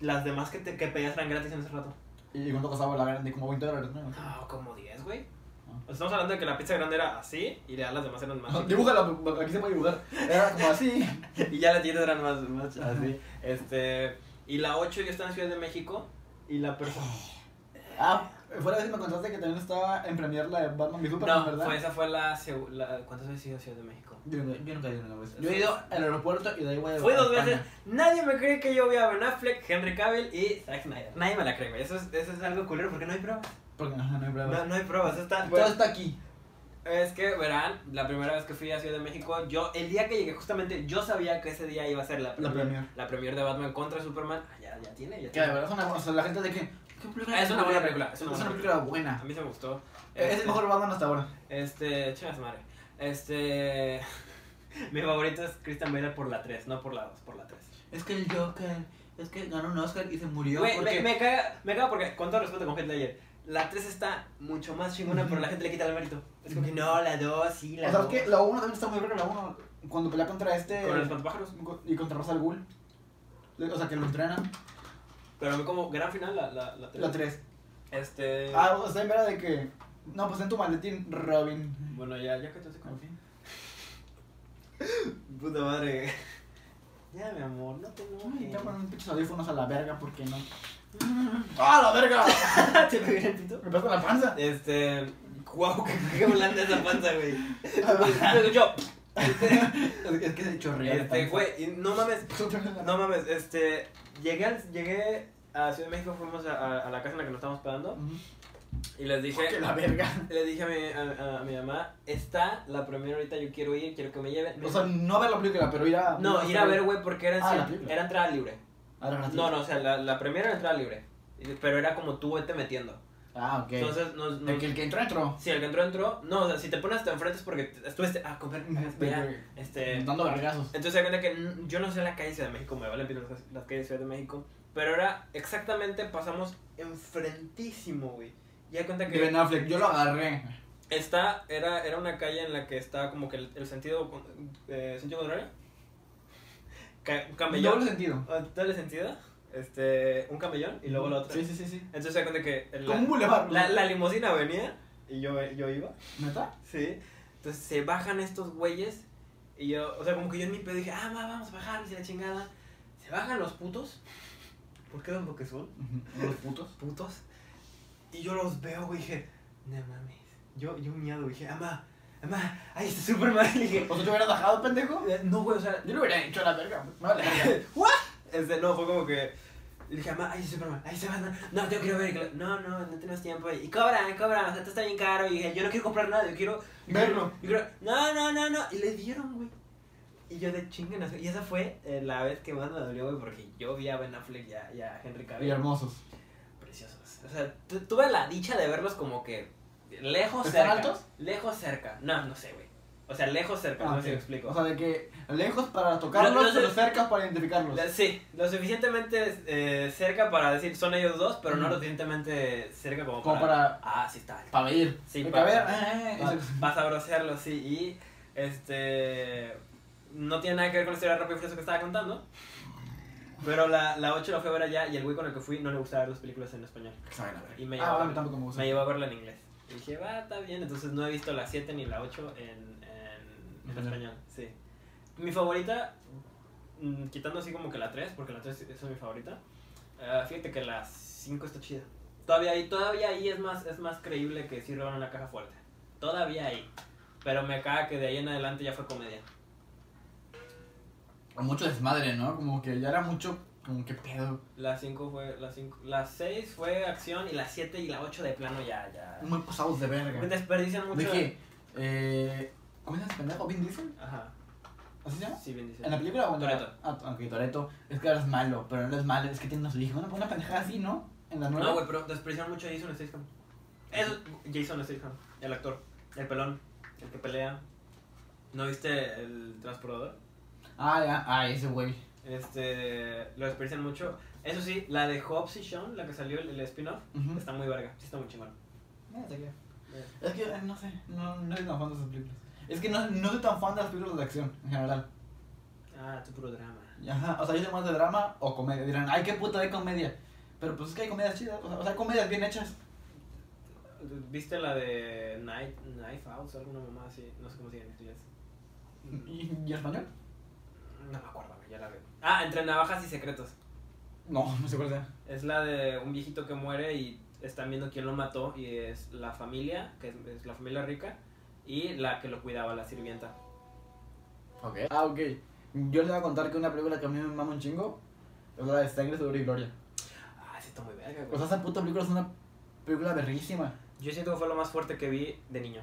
B: las demás que, te, que pedías eran gratis en ese rato.
A: ¿Y cuánto costaba la verga? De como 20 dólares, ¿no?
B: No, como 10, güey. O sea, Estamos hablando de que la pizza grande era así y ya las demás eran más.
A: No,
B: chicas.
A: dibújala, porque aquí se puede dibujar. Era como
B: [LAUGHS]
A: así.
B: y ya las tiendas eran más, más así. Este, y la 8 yo estaba en Ciudad de México y la persona...
A: Ah, fue la vez que me contaste que también estaba en premiar la de Batman v Superman,
B: No,
A: ¿verdad?
B: fue- esa fue la, segu- la... ¿Cuántas veces he ido a Ciudad de México?
A: Yo, no- yo nunca he ido una vez. Yo he ido al aeropuerto y de ahí voy a
B: Fui dos
A: a
B: veces.
A: España.
B: Nadie me cree que yo vi a Ben Affleck, Henry Cavill y Zack Snyder. Nadie me la cree, güey. Eso es, eso es algo culero porque no hay pruebas.
A: Porque ajá, no hay pruebas.
B: No, no hay pruebas. Está,
A: Todo está aquí.
B: Es que, verán, la primera vez que fui a Ciudad de México, yo, el día que llegué, justamente, yo sabía que ese día iba a ser la,
A: La premier.
B: La premier de Batman contra Superman. Ah, ya, ya tiene, ya
A: Que
B: tiene.
A: de verdad es una, o sea, la gente de que. ¿qué película
B: Ah, es una buena película,
A: Es una, película buena.
B: A mí se me gustó.
A: Es el mejor Batman hasta ahora.
B: Este, chingas madre. Este, [LAUGHS] mi favorito es Christian Bale por la 3, no por la 2, por la 3.
A: Es que el Joker. Es que ganó un Oscar y se murió.
B: Güey,
A: porque...
B: me, me caga, me caga porque, con todo respeto con Heath Ledger, la 3 está mucho más chingona, pero la gente le quita el mérito. Es como que no, la 2, sí, la
A: O sea, es
B: dos.
A: que la 1 también está muy verga. La 1, cuando pelea contra este.
B: Con los espantapájaros.
A: Y contra Ra's al Ghul. O sea, que lo entrenan.
B: Pero a mí como gran final, la, la, la 3.
A: La 3.
B: Este...
A: Ah, o sea, en verdad de que. No, pues en tu maletín, Robin.
B: Bueno, ya, ya que te hace
A: En fin.
B: Puta madre. [LAUGHS] Ya, mi amor, no te
A: Ay,
B: [LAUGHS]
A: Ya
B: enojes.
A: ponen pinches audífonos a la verga, ¿por qué no? ¡Ah, la verga!
B: Ah, ¿Te pegué el pito?
A: Me pego la panza.
B: Este. Guau, [LAUGHS] que qué blanda esa panza, güey.
A: [LAUGHS]
B: Se escuchó. Este,
A: Es que se chorrea. la
B: Este,
A: panza.
B: güey, y no mames. No mames, este. Llegué, al- llegué a Ciudad de México, fuimos a, a- a la casa en la que nos estábamos hospedando
A: Ujú.
B: y les dije.
A: Que la verga.
B: Le dije a mi, a, a mi mamá, está la primera ahorita, yo quiero ir, quiero que me lleven.
A: O sea, no ver la película, pero ir a.
B: no, ir a ver, güey, porque era, en
A: Ah, la
B: Ciudad-
A: película.
B: era entrada libre.
A: A la
B: No, no, o sea, la, la primera era entrada libre. Y- Pero era como tú vete metiendo.
A: Ah, ok.
B: Entonces, nos,
A: De
B: nos-
A: que el que entró, entró.
B: si el que entró, entró. No, o sea, si te pones hasta enfrente es porque te- estuviste.
A: [LAUGHS]
B: Ah, comer. Espera.
A: De que-
B: Este.
A: Dando vergazos.
B: Entonces, se da cuenta que n- yo no sé la calle de Ciudad de México, me valen pito las, las calles de Ciudad de México. Pero ahora exactamente pasamos enfrentísimo, güey. Y da cuenta
A: De
B: que
A: Ben Affleck, yo lo agarré.
B: está, era, era una calle en la que estaba como que el, el sentido, con- eh, sentido contrario. Ca-
A: Doble
B: un camellón.
A: sentido.
B: Ah, Doble sentido. Este, un camellón y luego la otra.
A: Sí, sí, sí, sí.
B: Entonces se da cuenta que el-
A: Como un bulevar.
B: la, la limusina venía y yo, yo iba.
A: ¿Neta?
B: Sí. Entonces se bajan estos güeyes y yo, o sea, como que yo en mi pedo dije, ah, ma, vamos a bajarnos y la chingada. Se bajan los putos. ¿Por qué son lo que son?
A: Los putos.
B: Putos. Y yo los veo, güey, dije, no mames. Yo, yo miado, güey, dije, ama, ama, ahí está Superman. [LAUGHS] Y dije,
A: ¿O sea, te hubieras bajado, pendejo?
B: "Eh, no, güey, o sea,
A: Yo lo hubiera hecho a la verga. pues. No, la verga. [LAUGHS]
B: ¿What? Este, no, fue como que. Le dije, mamá, ahí se Superman, ahí se Batman. No, yo quiero ver. que lo- No, no, no tenemos tiempo. Y cobran, cobran. O sea, esto está bien caro. Y dije, yo no quiero comprar nada, yo quiero. yo
A: Verlo.
B: quiero- yo quiero- no, no, no, no. Y le dieron, güey. Y yo de chingan. a su- Y esa fue eh, la vez que más me dolió, güey, porque yo vi a Ben Affleck y a, y a Henry
A: Y
B: Cavill.
A: hermosos.
B: Preciosos. O sea, tu- tuve la dicha de verlos como que lejos,
A: ¿Están
B: cerca.
A: altos?
B: Lejos, cerca. No, no sé, güey. O sea, lejos, cerca.
A: Ah,
B: no
A: ok.
B: sé si me explico.
A: O sea, de que lejos para tocarlos,
B: No, no sé.
A: pero cerca para identificarlos.
B: La- Sí, lo suficientemente eh, cerca para decir son ellos dos, pero no
A: Ujú.
B: lo suficientemente cerca como,
A: Como
B: para...
A: para.
B: Ah, sí está.
A: Para ir.
B: Sí,
A: de que, a
B: para-
A: ver. eh, eh,
B: Va-
A: eso-
B: [LAUGHS] vas a brocearlo, sí. Y este. No tiene nada que ver con la historia de rápido y furioso que estaba contando. Pero la, la 8 la fui a ver allá y el güey con el que fui no le gustaba ver las películas en español. Y me
A: Ah,
B: llevaba,
A: bueno, tampoco me gusta.
B: me llevó a verla en inglés. Y dije, va, está bien. Entonces no he visto la 7 ni la 8 en, en, en
A: Español.
B: español. Sí. Mi favorita, mm, quitando así como que la 3, porque la 3 es mi favorita, Ah, fíjate que las 5 está chida. Todavía ahí, todavía ahí es más, es más creíble que sí roban una caja fuerte. Todavía ahí. Pero me caga que de ahí en adelante ya fue comedia.
A: Mucho desmadre, ¿no? Como que ya era mucho, como que pedo.
B: La 5 fue, la 5, la 6 fue acción y la 7 y la 8 de plano ya, ya.
A: Muy pasados de
B: Me
A: verga.
B: desperdician mucho.
A: ¿De qué? Eh, ¿Cómo se llama ese pendejo? ¿Vin Diesel?
B: Ajá.
A: ¿Así se llama?
B: Sí, bien dice.
A: ¿En la película o en la-
B: Toretto.
A: Ah, ok, Toreto. Es que ahora es malo, pero no es malo, es que tiene unos hijos. Una, una pendejada así, ¿no? En la nueva.
B: No, güey, pero desperdiciaron mucho a Jason Statham. Eso, Jason Statham, el actor, el pelón, el que pelea. ¿No viste el transportador?
A: ah, ya, ah, ese güey.
B: Este, lo desperdician mucho. Eso sí, la de Hobbs y Shawn, la que salió el, el spin-off,
A: Ujú.
B: está muy verga, sí está muy chingón.
A: Mira, te queda. Es que eh, no sé, no, no soy tan fan de esas películas. Es que no, no soy tan fan de las películas de acción en general.
B: Ah, tu puro drama.
A: Ajá, o sea, yo soy más de drama o comedia. Dirán, ay, qué puta de comedia. Pero pues es que hay comedias chidas, o sea, o sea, hay comedias bien hechas.
B: ¿Viste la de Night, Knife Out o alguna mamá así? No sé cómo se llama en inglés.
A: ¿Y, y en español?
B: No me acuerdo, güey, ya la veo. Ah, Entre Navajas y Secretos.
A: No, [LAUGHS] no sé cuál sea.
B: Es la de un viejito que muere y están viendo quién lo mató y es la familia, que es, es la familia rica, y la que lo cuidaba, la sirvienta.
A: Ok. Ah, ok. Yo les voy a contar que una película que a mí me mama un chingo es la de Sangre, Sudor y Gloria.
B: Ah, sí está muy verga,
A: O sea,
B: güey.
A: esa puta película es una película verguísima.
B: Yo siento que fue lo más fuerte que vi de niño.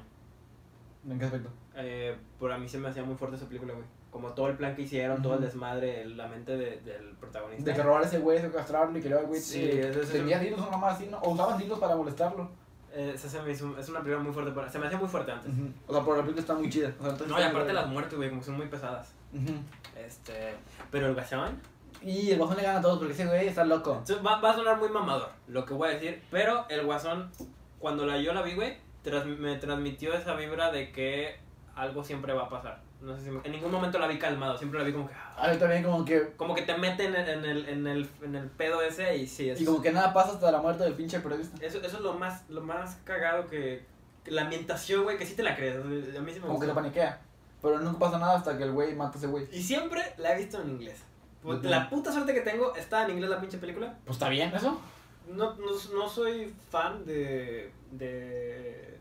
A: ¿En qué aspecto?
B: Eh, por a mí se me hacía muy fuerte esa película, güey. Como todo el plan que hicieron, todo el
A: Ujú.
B: desmadre, el- la mente de- del protagonista.
A: De que robar a ese güey, secuestrarlo y que luego el güey
B: Sí,
A: eh,
B: es- es-
A: tenía hilos una mamá así, ¿no? O usaban hilos para molestarlo.
B: Eh, esa se me hizo- es una película muy fuerte, para- se me hacía muy fuerte antes.
A: O sea, por la película está muy chida. O sea, entonces
B: No, y
A: está
B: aparte
A: muy
B: las
A: verga.
B: muertes, güey, como son muy pesadas.
A: Ujú.
B: Este, pero el gaseón,
A: Y el bajón le gana a todos porque ese güey está loco.
B: So, Va, va a sonar muy mamador lo que voy a decir, pero el Guasón, cuando la, yo la vi, güey, tras- me transmitió esa vibra de que algo siempre va a pasar. No sé si me- en ningún momento la vi calmado, siempre la vi como que... ah,
A: A mí también como que...
B: Como que te meten en, en el, en, el, en el pedo ese y sí, es,
A: Y como que nada pasa hasta la muerte del pinche periodista.
B: eso, eso es lo más, lo más cagado que... que La ambientación, güey, que sí te la crees. A mí sí me
A: Como que
B: gustó.
A: te paniquea. Pero nunca pasa nada hasta que el güey mata a ese güey.
B: Y siempre la he visto en inglés. Put-
A: Ujú.
B: La puta suerte que tengo está en inglés la pinche película.
A: Pues está bien eso.
B: No, no, no soy fan de, de,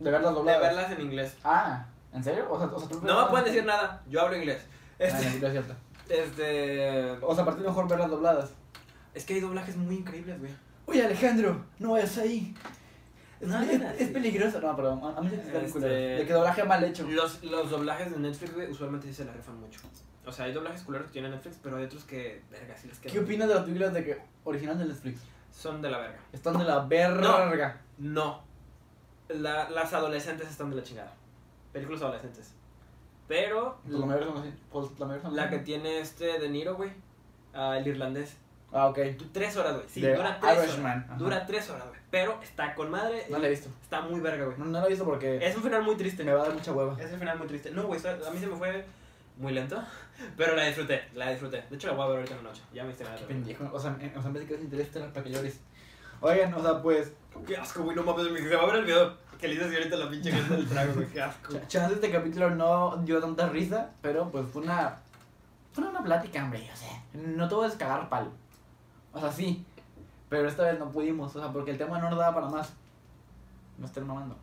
A: De verlas
B: de
A: dobladas.
B: verlas en inglés.
A: Ah, ¿en serio? O sea, o sea tú...
B: No me pueden decir nada, yo hablo inglés.
A: Ah,
B: Este,
A: no, es cierto.
B: este,
A: O sea, a partir mejor verlas dobladas.
B: es que hay doblajes muy increíbles, güey.
A: Oye, Alejandro, no vayas ahí. Es,
B: No, no,
A: es-
B: no,
A: es
B: sí.
A: peligroso. No, perdón, a a mí se me hace
B: Este-
A: culero. De que doblaje mal hecho.
B: Los, los doblajes de Netflix, güey, usualmente sí se la rifan mucho. O sea, hay doblajes culeros que tiene Netflix, pero hay otros que, verga, sí les
A: ¿Qué
B: quedan.
A: opinas de las películas de que original de Netflix?
B: Son de la verga.
A: Están de la verga.
B: No. La- las adolescentes están de la chingada. Películas adolescentes. Pero
A: Pues la mayoría son así. Pues la mayoría son
B: la
A: así.
B: que tiene este De Niro, güey, ah, el irlandés.
A: Ah, ok.
B: Tres horas, güey. Sí,
A: De
B: dura tres
A: Irishman, ajá.
B: horas. Dura tres horas, güey. Pero está con madre.
A: No la he visto.
B: Está muy verga, güey.
A: No, no la he visto porque
B: Es un final muy triste.
A: me va a dar mucha hueva.
B: Es un final muy triste. No, güey, so- a mí se me fue muy lento. [LAUGHS] Pero la disfruté, la disfruté. De hecho, la voy a ver ahorita en la noche. Ya me hice nada.
A: Qué pendejo. O sea, en, o sea, en vez de que les interese para que llores. Oigan, o sea, pues,
B: Qué asco, güey. No mames, me- se va a ver el video que le hice así ahorita a
A: [LAUGHS]
B: la pinche gente del trago, güey. Qué asco.
A: ch- chance este capítulo no dio tanta risa, pero pues fue una. Fue una plática, hombre, o sea. No te voy a descagar palo. O sea, sí. Pero esta vez no pudimos, o sea, porque el tema no nos daba para más. No estén mamando.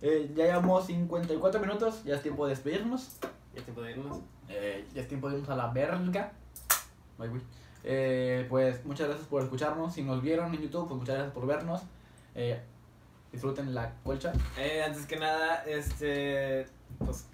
A: Eh, ya llevamos 54 minutos, ya es tiempo de despedirnos.
B: Ya es tiempo de irnos.
A: Eh, ya es tiempo de irnos a la verga. Ay, güey. Eh, pues muchas gracias por escucharnos. Si nos vieron en YouTube, pues muchas gracias por vernos. Eh, disfruten la colcha.
B: Eh, antes que nada, este. Pues.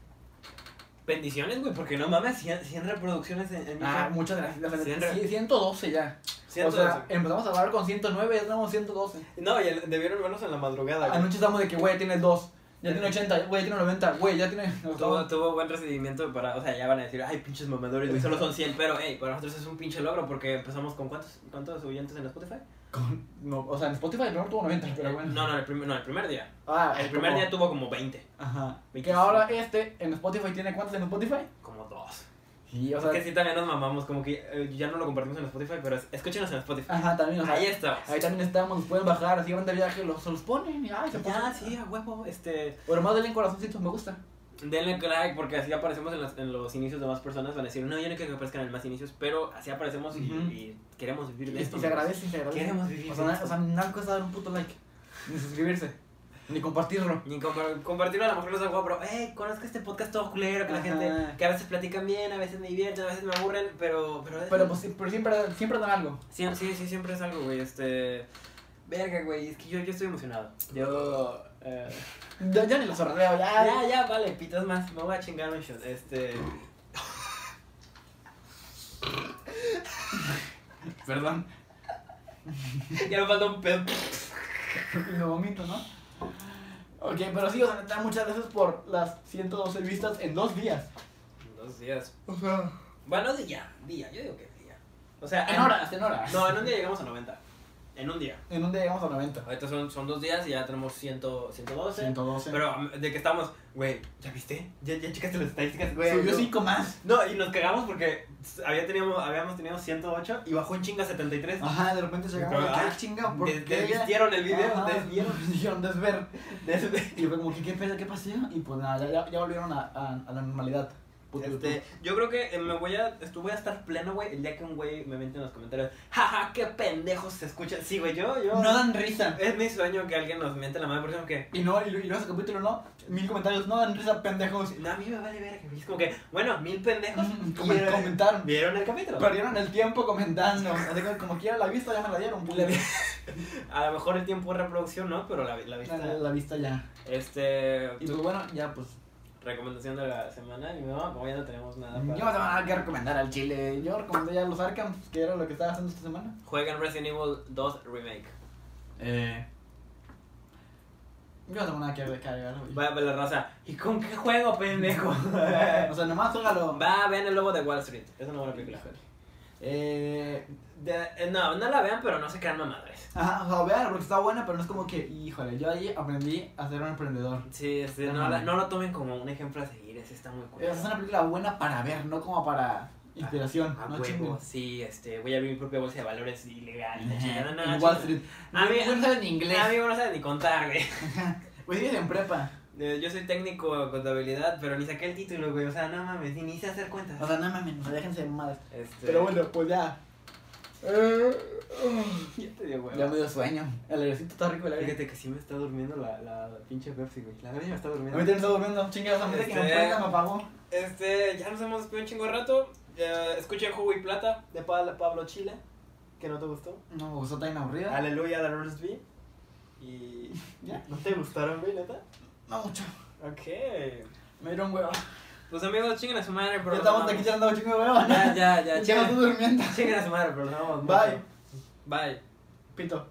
B: Bendiciones, güey, porque no mames, 100, 100 reproducciones en, en
A: Ah,
B: YouTube.
A: muchas gracias.
B: Sí, en realidad.
A: Sí, 112 ya.
B: 100
A: O sea, empezamos a hablar con 109, ya estamos 112.
B: No, y el- debieron vernos en la madrugada. güey.
A: Anoche estamos de que, güey, tiene 2. Ya tiene 80, güey, ya tiene 90, güey, ya tiene...
B: Tuvo, tuvo buen recibimiento para, o sea, ya van a decir, ay, pinches mamadores, güey, solo son 100, pero, hey, para nosotros es un pinche logro porque empezamos con cuántos, cuántos oyentes en Spotify.
A: Con- no, o sea, en Spotify el primero tuvo 90, pero bueno.
B: Eh, No, no, el primer, no, el primer día.
A: Ah,
B: El primer
A: como-
B: día tuvo como 20,
A: Ajá. Y que
B: 25.
A: ahora este en Spotify tiene cuántos en Spotify?
B: como dos.
A: Sí, o
B: Es
A: sea...
B: que sí, también nos mamamos, como que eh, ya no lo compartimos en Spotify, pero es- escúchenos en Spotify.
A: Ajá, también, o sea...
B: Ahí está.
A: Ahí también estamos, los pueden bajar, si van de viaje, los, se los ponen y ay, se
B: Ya,
A: ponen.
B: sí, a huevo, este,
A: O nomás denle corazoncitos, me gusta.
B: Denle like porque así aparecemos en los, en los inicios de más personas. Van a decir, no, yo no quiero que aparezcan en más inicios, pero así aparecemos y,
A: Ujú.
B: y queremos vivir
A: Y,
B: de esto.
A: y se
B: ¿no?
A: agradece, y se agradece.
B: Queremos vivir
A: O sea,
B: de
A: na-
B: esto.
A: o sea, nada cuesta dar un puto like, ni suscribirse, ni compartirlo.
B: Ni compar- compartirlo a lo mejor no es algo, pero, hey, conozco este podcast todo culero, que la
A: Ajá.
B: gente, que a veces platican bien, a veces me divierten, a veces me aburren, pero... Pero,
A: Pero, pues, sí, pero siempre, siempre dan algo.
B: Sí, sí, sí, siempre es algo, güey, este... Verga, güey, es que yo, yo estoy emocionado. Yo... eh,
A: Ya, ya ni los sorreo, ya.
B: ya, ya, vale, pitas más, me voy a chingar un shot, este...
A: Perdón. [LAUGHS]
B: Ya me falta un pedo.
A: Lo vomito, ¿no? Ok, pero sí, o sea, neta, muchas gracias por las 112 vistas en dos días.
B: Dos días.
A: O sea,
B: Bueno, día, día, yo digo que día. O sea,
A: Ah, en horas, en horas.
B: No, en un día llegamos a 90. En un día.
A: En un día llegamos a 90.
B: Ahorita son, son dos días y ya tenemos 100, 112.
A: 112.
B: Pero um, de que estamos, güey, ¿ya viste? ¿Ya, ya checaste las estadísticas, güey?
A: Subió
B: No.
A: 5 más.
B: No, y nos cagamos porque había teníamos, habíamos tenido 108 y bajó en chinga a 73.
A: Ajá, de repente llegamos.
B: Pero,
A: ¿Qué
B: ah,
A: chinga? ¿Por
B: Des-
A: qué?
B: Desvistieron el video,
A: Ajá,
B: desvieron. [LAUGHS]
A: Dijeron desver. desver. Y fue como que, ¿qué pedo? ¿Qué pasó? Y pues nada, ya, ya, ya volvieron a, a, a la normalidad. Puto
B: Este,
A: YouTube.
B: yo creo que eh, me voy a, esto voy a estar pleno, güey, el día que un güey me mete en los comentarios, jaja, qué pendejos se escuchan. Sí, güey, yo, yo.
A: No dan risa.
B: Es mi sueño que alguien nos miente la madre, por ejemplo, que.
A: Y no, y, lo- y luego ese capítulo no. Mil comentarios, no dan risa, pendejos.
B: No, a mí me vale verga. Es como que, bueno, mil
A: [LAUGHS]
B: pendejos.
A: Mm,
B: vieron-
A: comen- Comentaron.
B: ¿Vieron el capítulo?
A: Perdieron el tiempo comentando. Así que como quiera la vista ya me la dieron. pues.
B: La vi- a lo mejor el tiempo de reproducción no, pero la, vi- la vista.
A: La, la vista ya.
B: Este.
A: Y
B: tu
A: pues bueno, ya pues.
B: recomendación de la semana. Y no, como ya no tenemos nada.
A: Yo no
B: Ah, para-
A: tengo nada que recomendar al chile. Yo recomendé ya los Arkham, pues, que era lo que estaba haciendo esta semana.
B: Juegan Resident Evil 2 Remake.
A: Eh. Yo no tengo nada que recargar. güey.
B: Vaya, la raza. ¿Y con qué juego, pendejo? [LAUGHS]
A: o sea, nomás juégalo.
B: Va, vean el lobo de Wall Street. Es una buena película.
A: Eh.
B: De- eh, no, no la vean, pero no se crean mamadres.
A: Ajá, o sea, vean, porque está buena, pero no es como que, híjole, yo ahí aprendí a ser un emprendedor.
B: Sí, este,
A: No
B: no, la-
A: mames.
B: no lo tomen como un ejemplo a seguir. Ese está muy cool.
A: Es una película buena para ver, no como para inspiración. no
B: A Ah, huevo,
A: chinguen.
B: sí, este, voy a abrir mi propia bolsa de valores ilegal. la chingada, no,
A: En
B: chingada.
A: Wall Street.
B: A mí,
A: no saben inglés.
B: a mí no sabe ni contar, güey.
A: Pues vives en prepa.
B: Eh, Yo soy técnico de contabilidad, pero ni saqué el título, güey. O sea, no mames, ni ni sé hacer cuentas.
A: O sea, no mames, o sea, déjense de mamadas.
B: Este,
A: Pero bueno, pues ya.
B: Ya te dio, güey.
A: Ya me dio sueño. El airecito está rico, el aire.
B: Fíjate que sí me está durmiendo la, la pinche Pepsi, güey. La verdad ya me está
A: A mí
B: durmiendo.
A: también está durmiendo. Chingados, a mí que me
B: Este-
A: prenda me apagó.
B: Este, ya nos hemos despedido un chingo de rato. Eh, escuchen Jugo y Plata de Pa- Pablo Chile, que no te gustó.
A: No me gustó tan aburrida.
B: Aleluya de Rose B. Y.
A: [LAUGHS] Ya.
B: ¿No te gustaron, güey, neta?
A: No mucho.
B: Ok.
A: Me dieron hueva.
B: Pues amigos, chinguen a su madre,
A: Ya
B: pero. los
A: estamos
B: amamos.
A: aquí tirando un chingo de hueva.
B: Ya, ya,
A: [LAUGHS] Ya, ya.
B: ya. Chinguen, [LAUGHS]
A: durmiendo.
B: chinguen a su madre, pero. los amamos
A: Bye.
B: mucho. Bye.
A: Pito.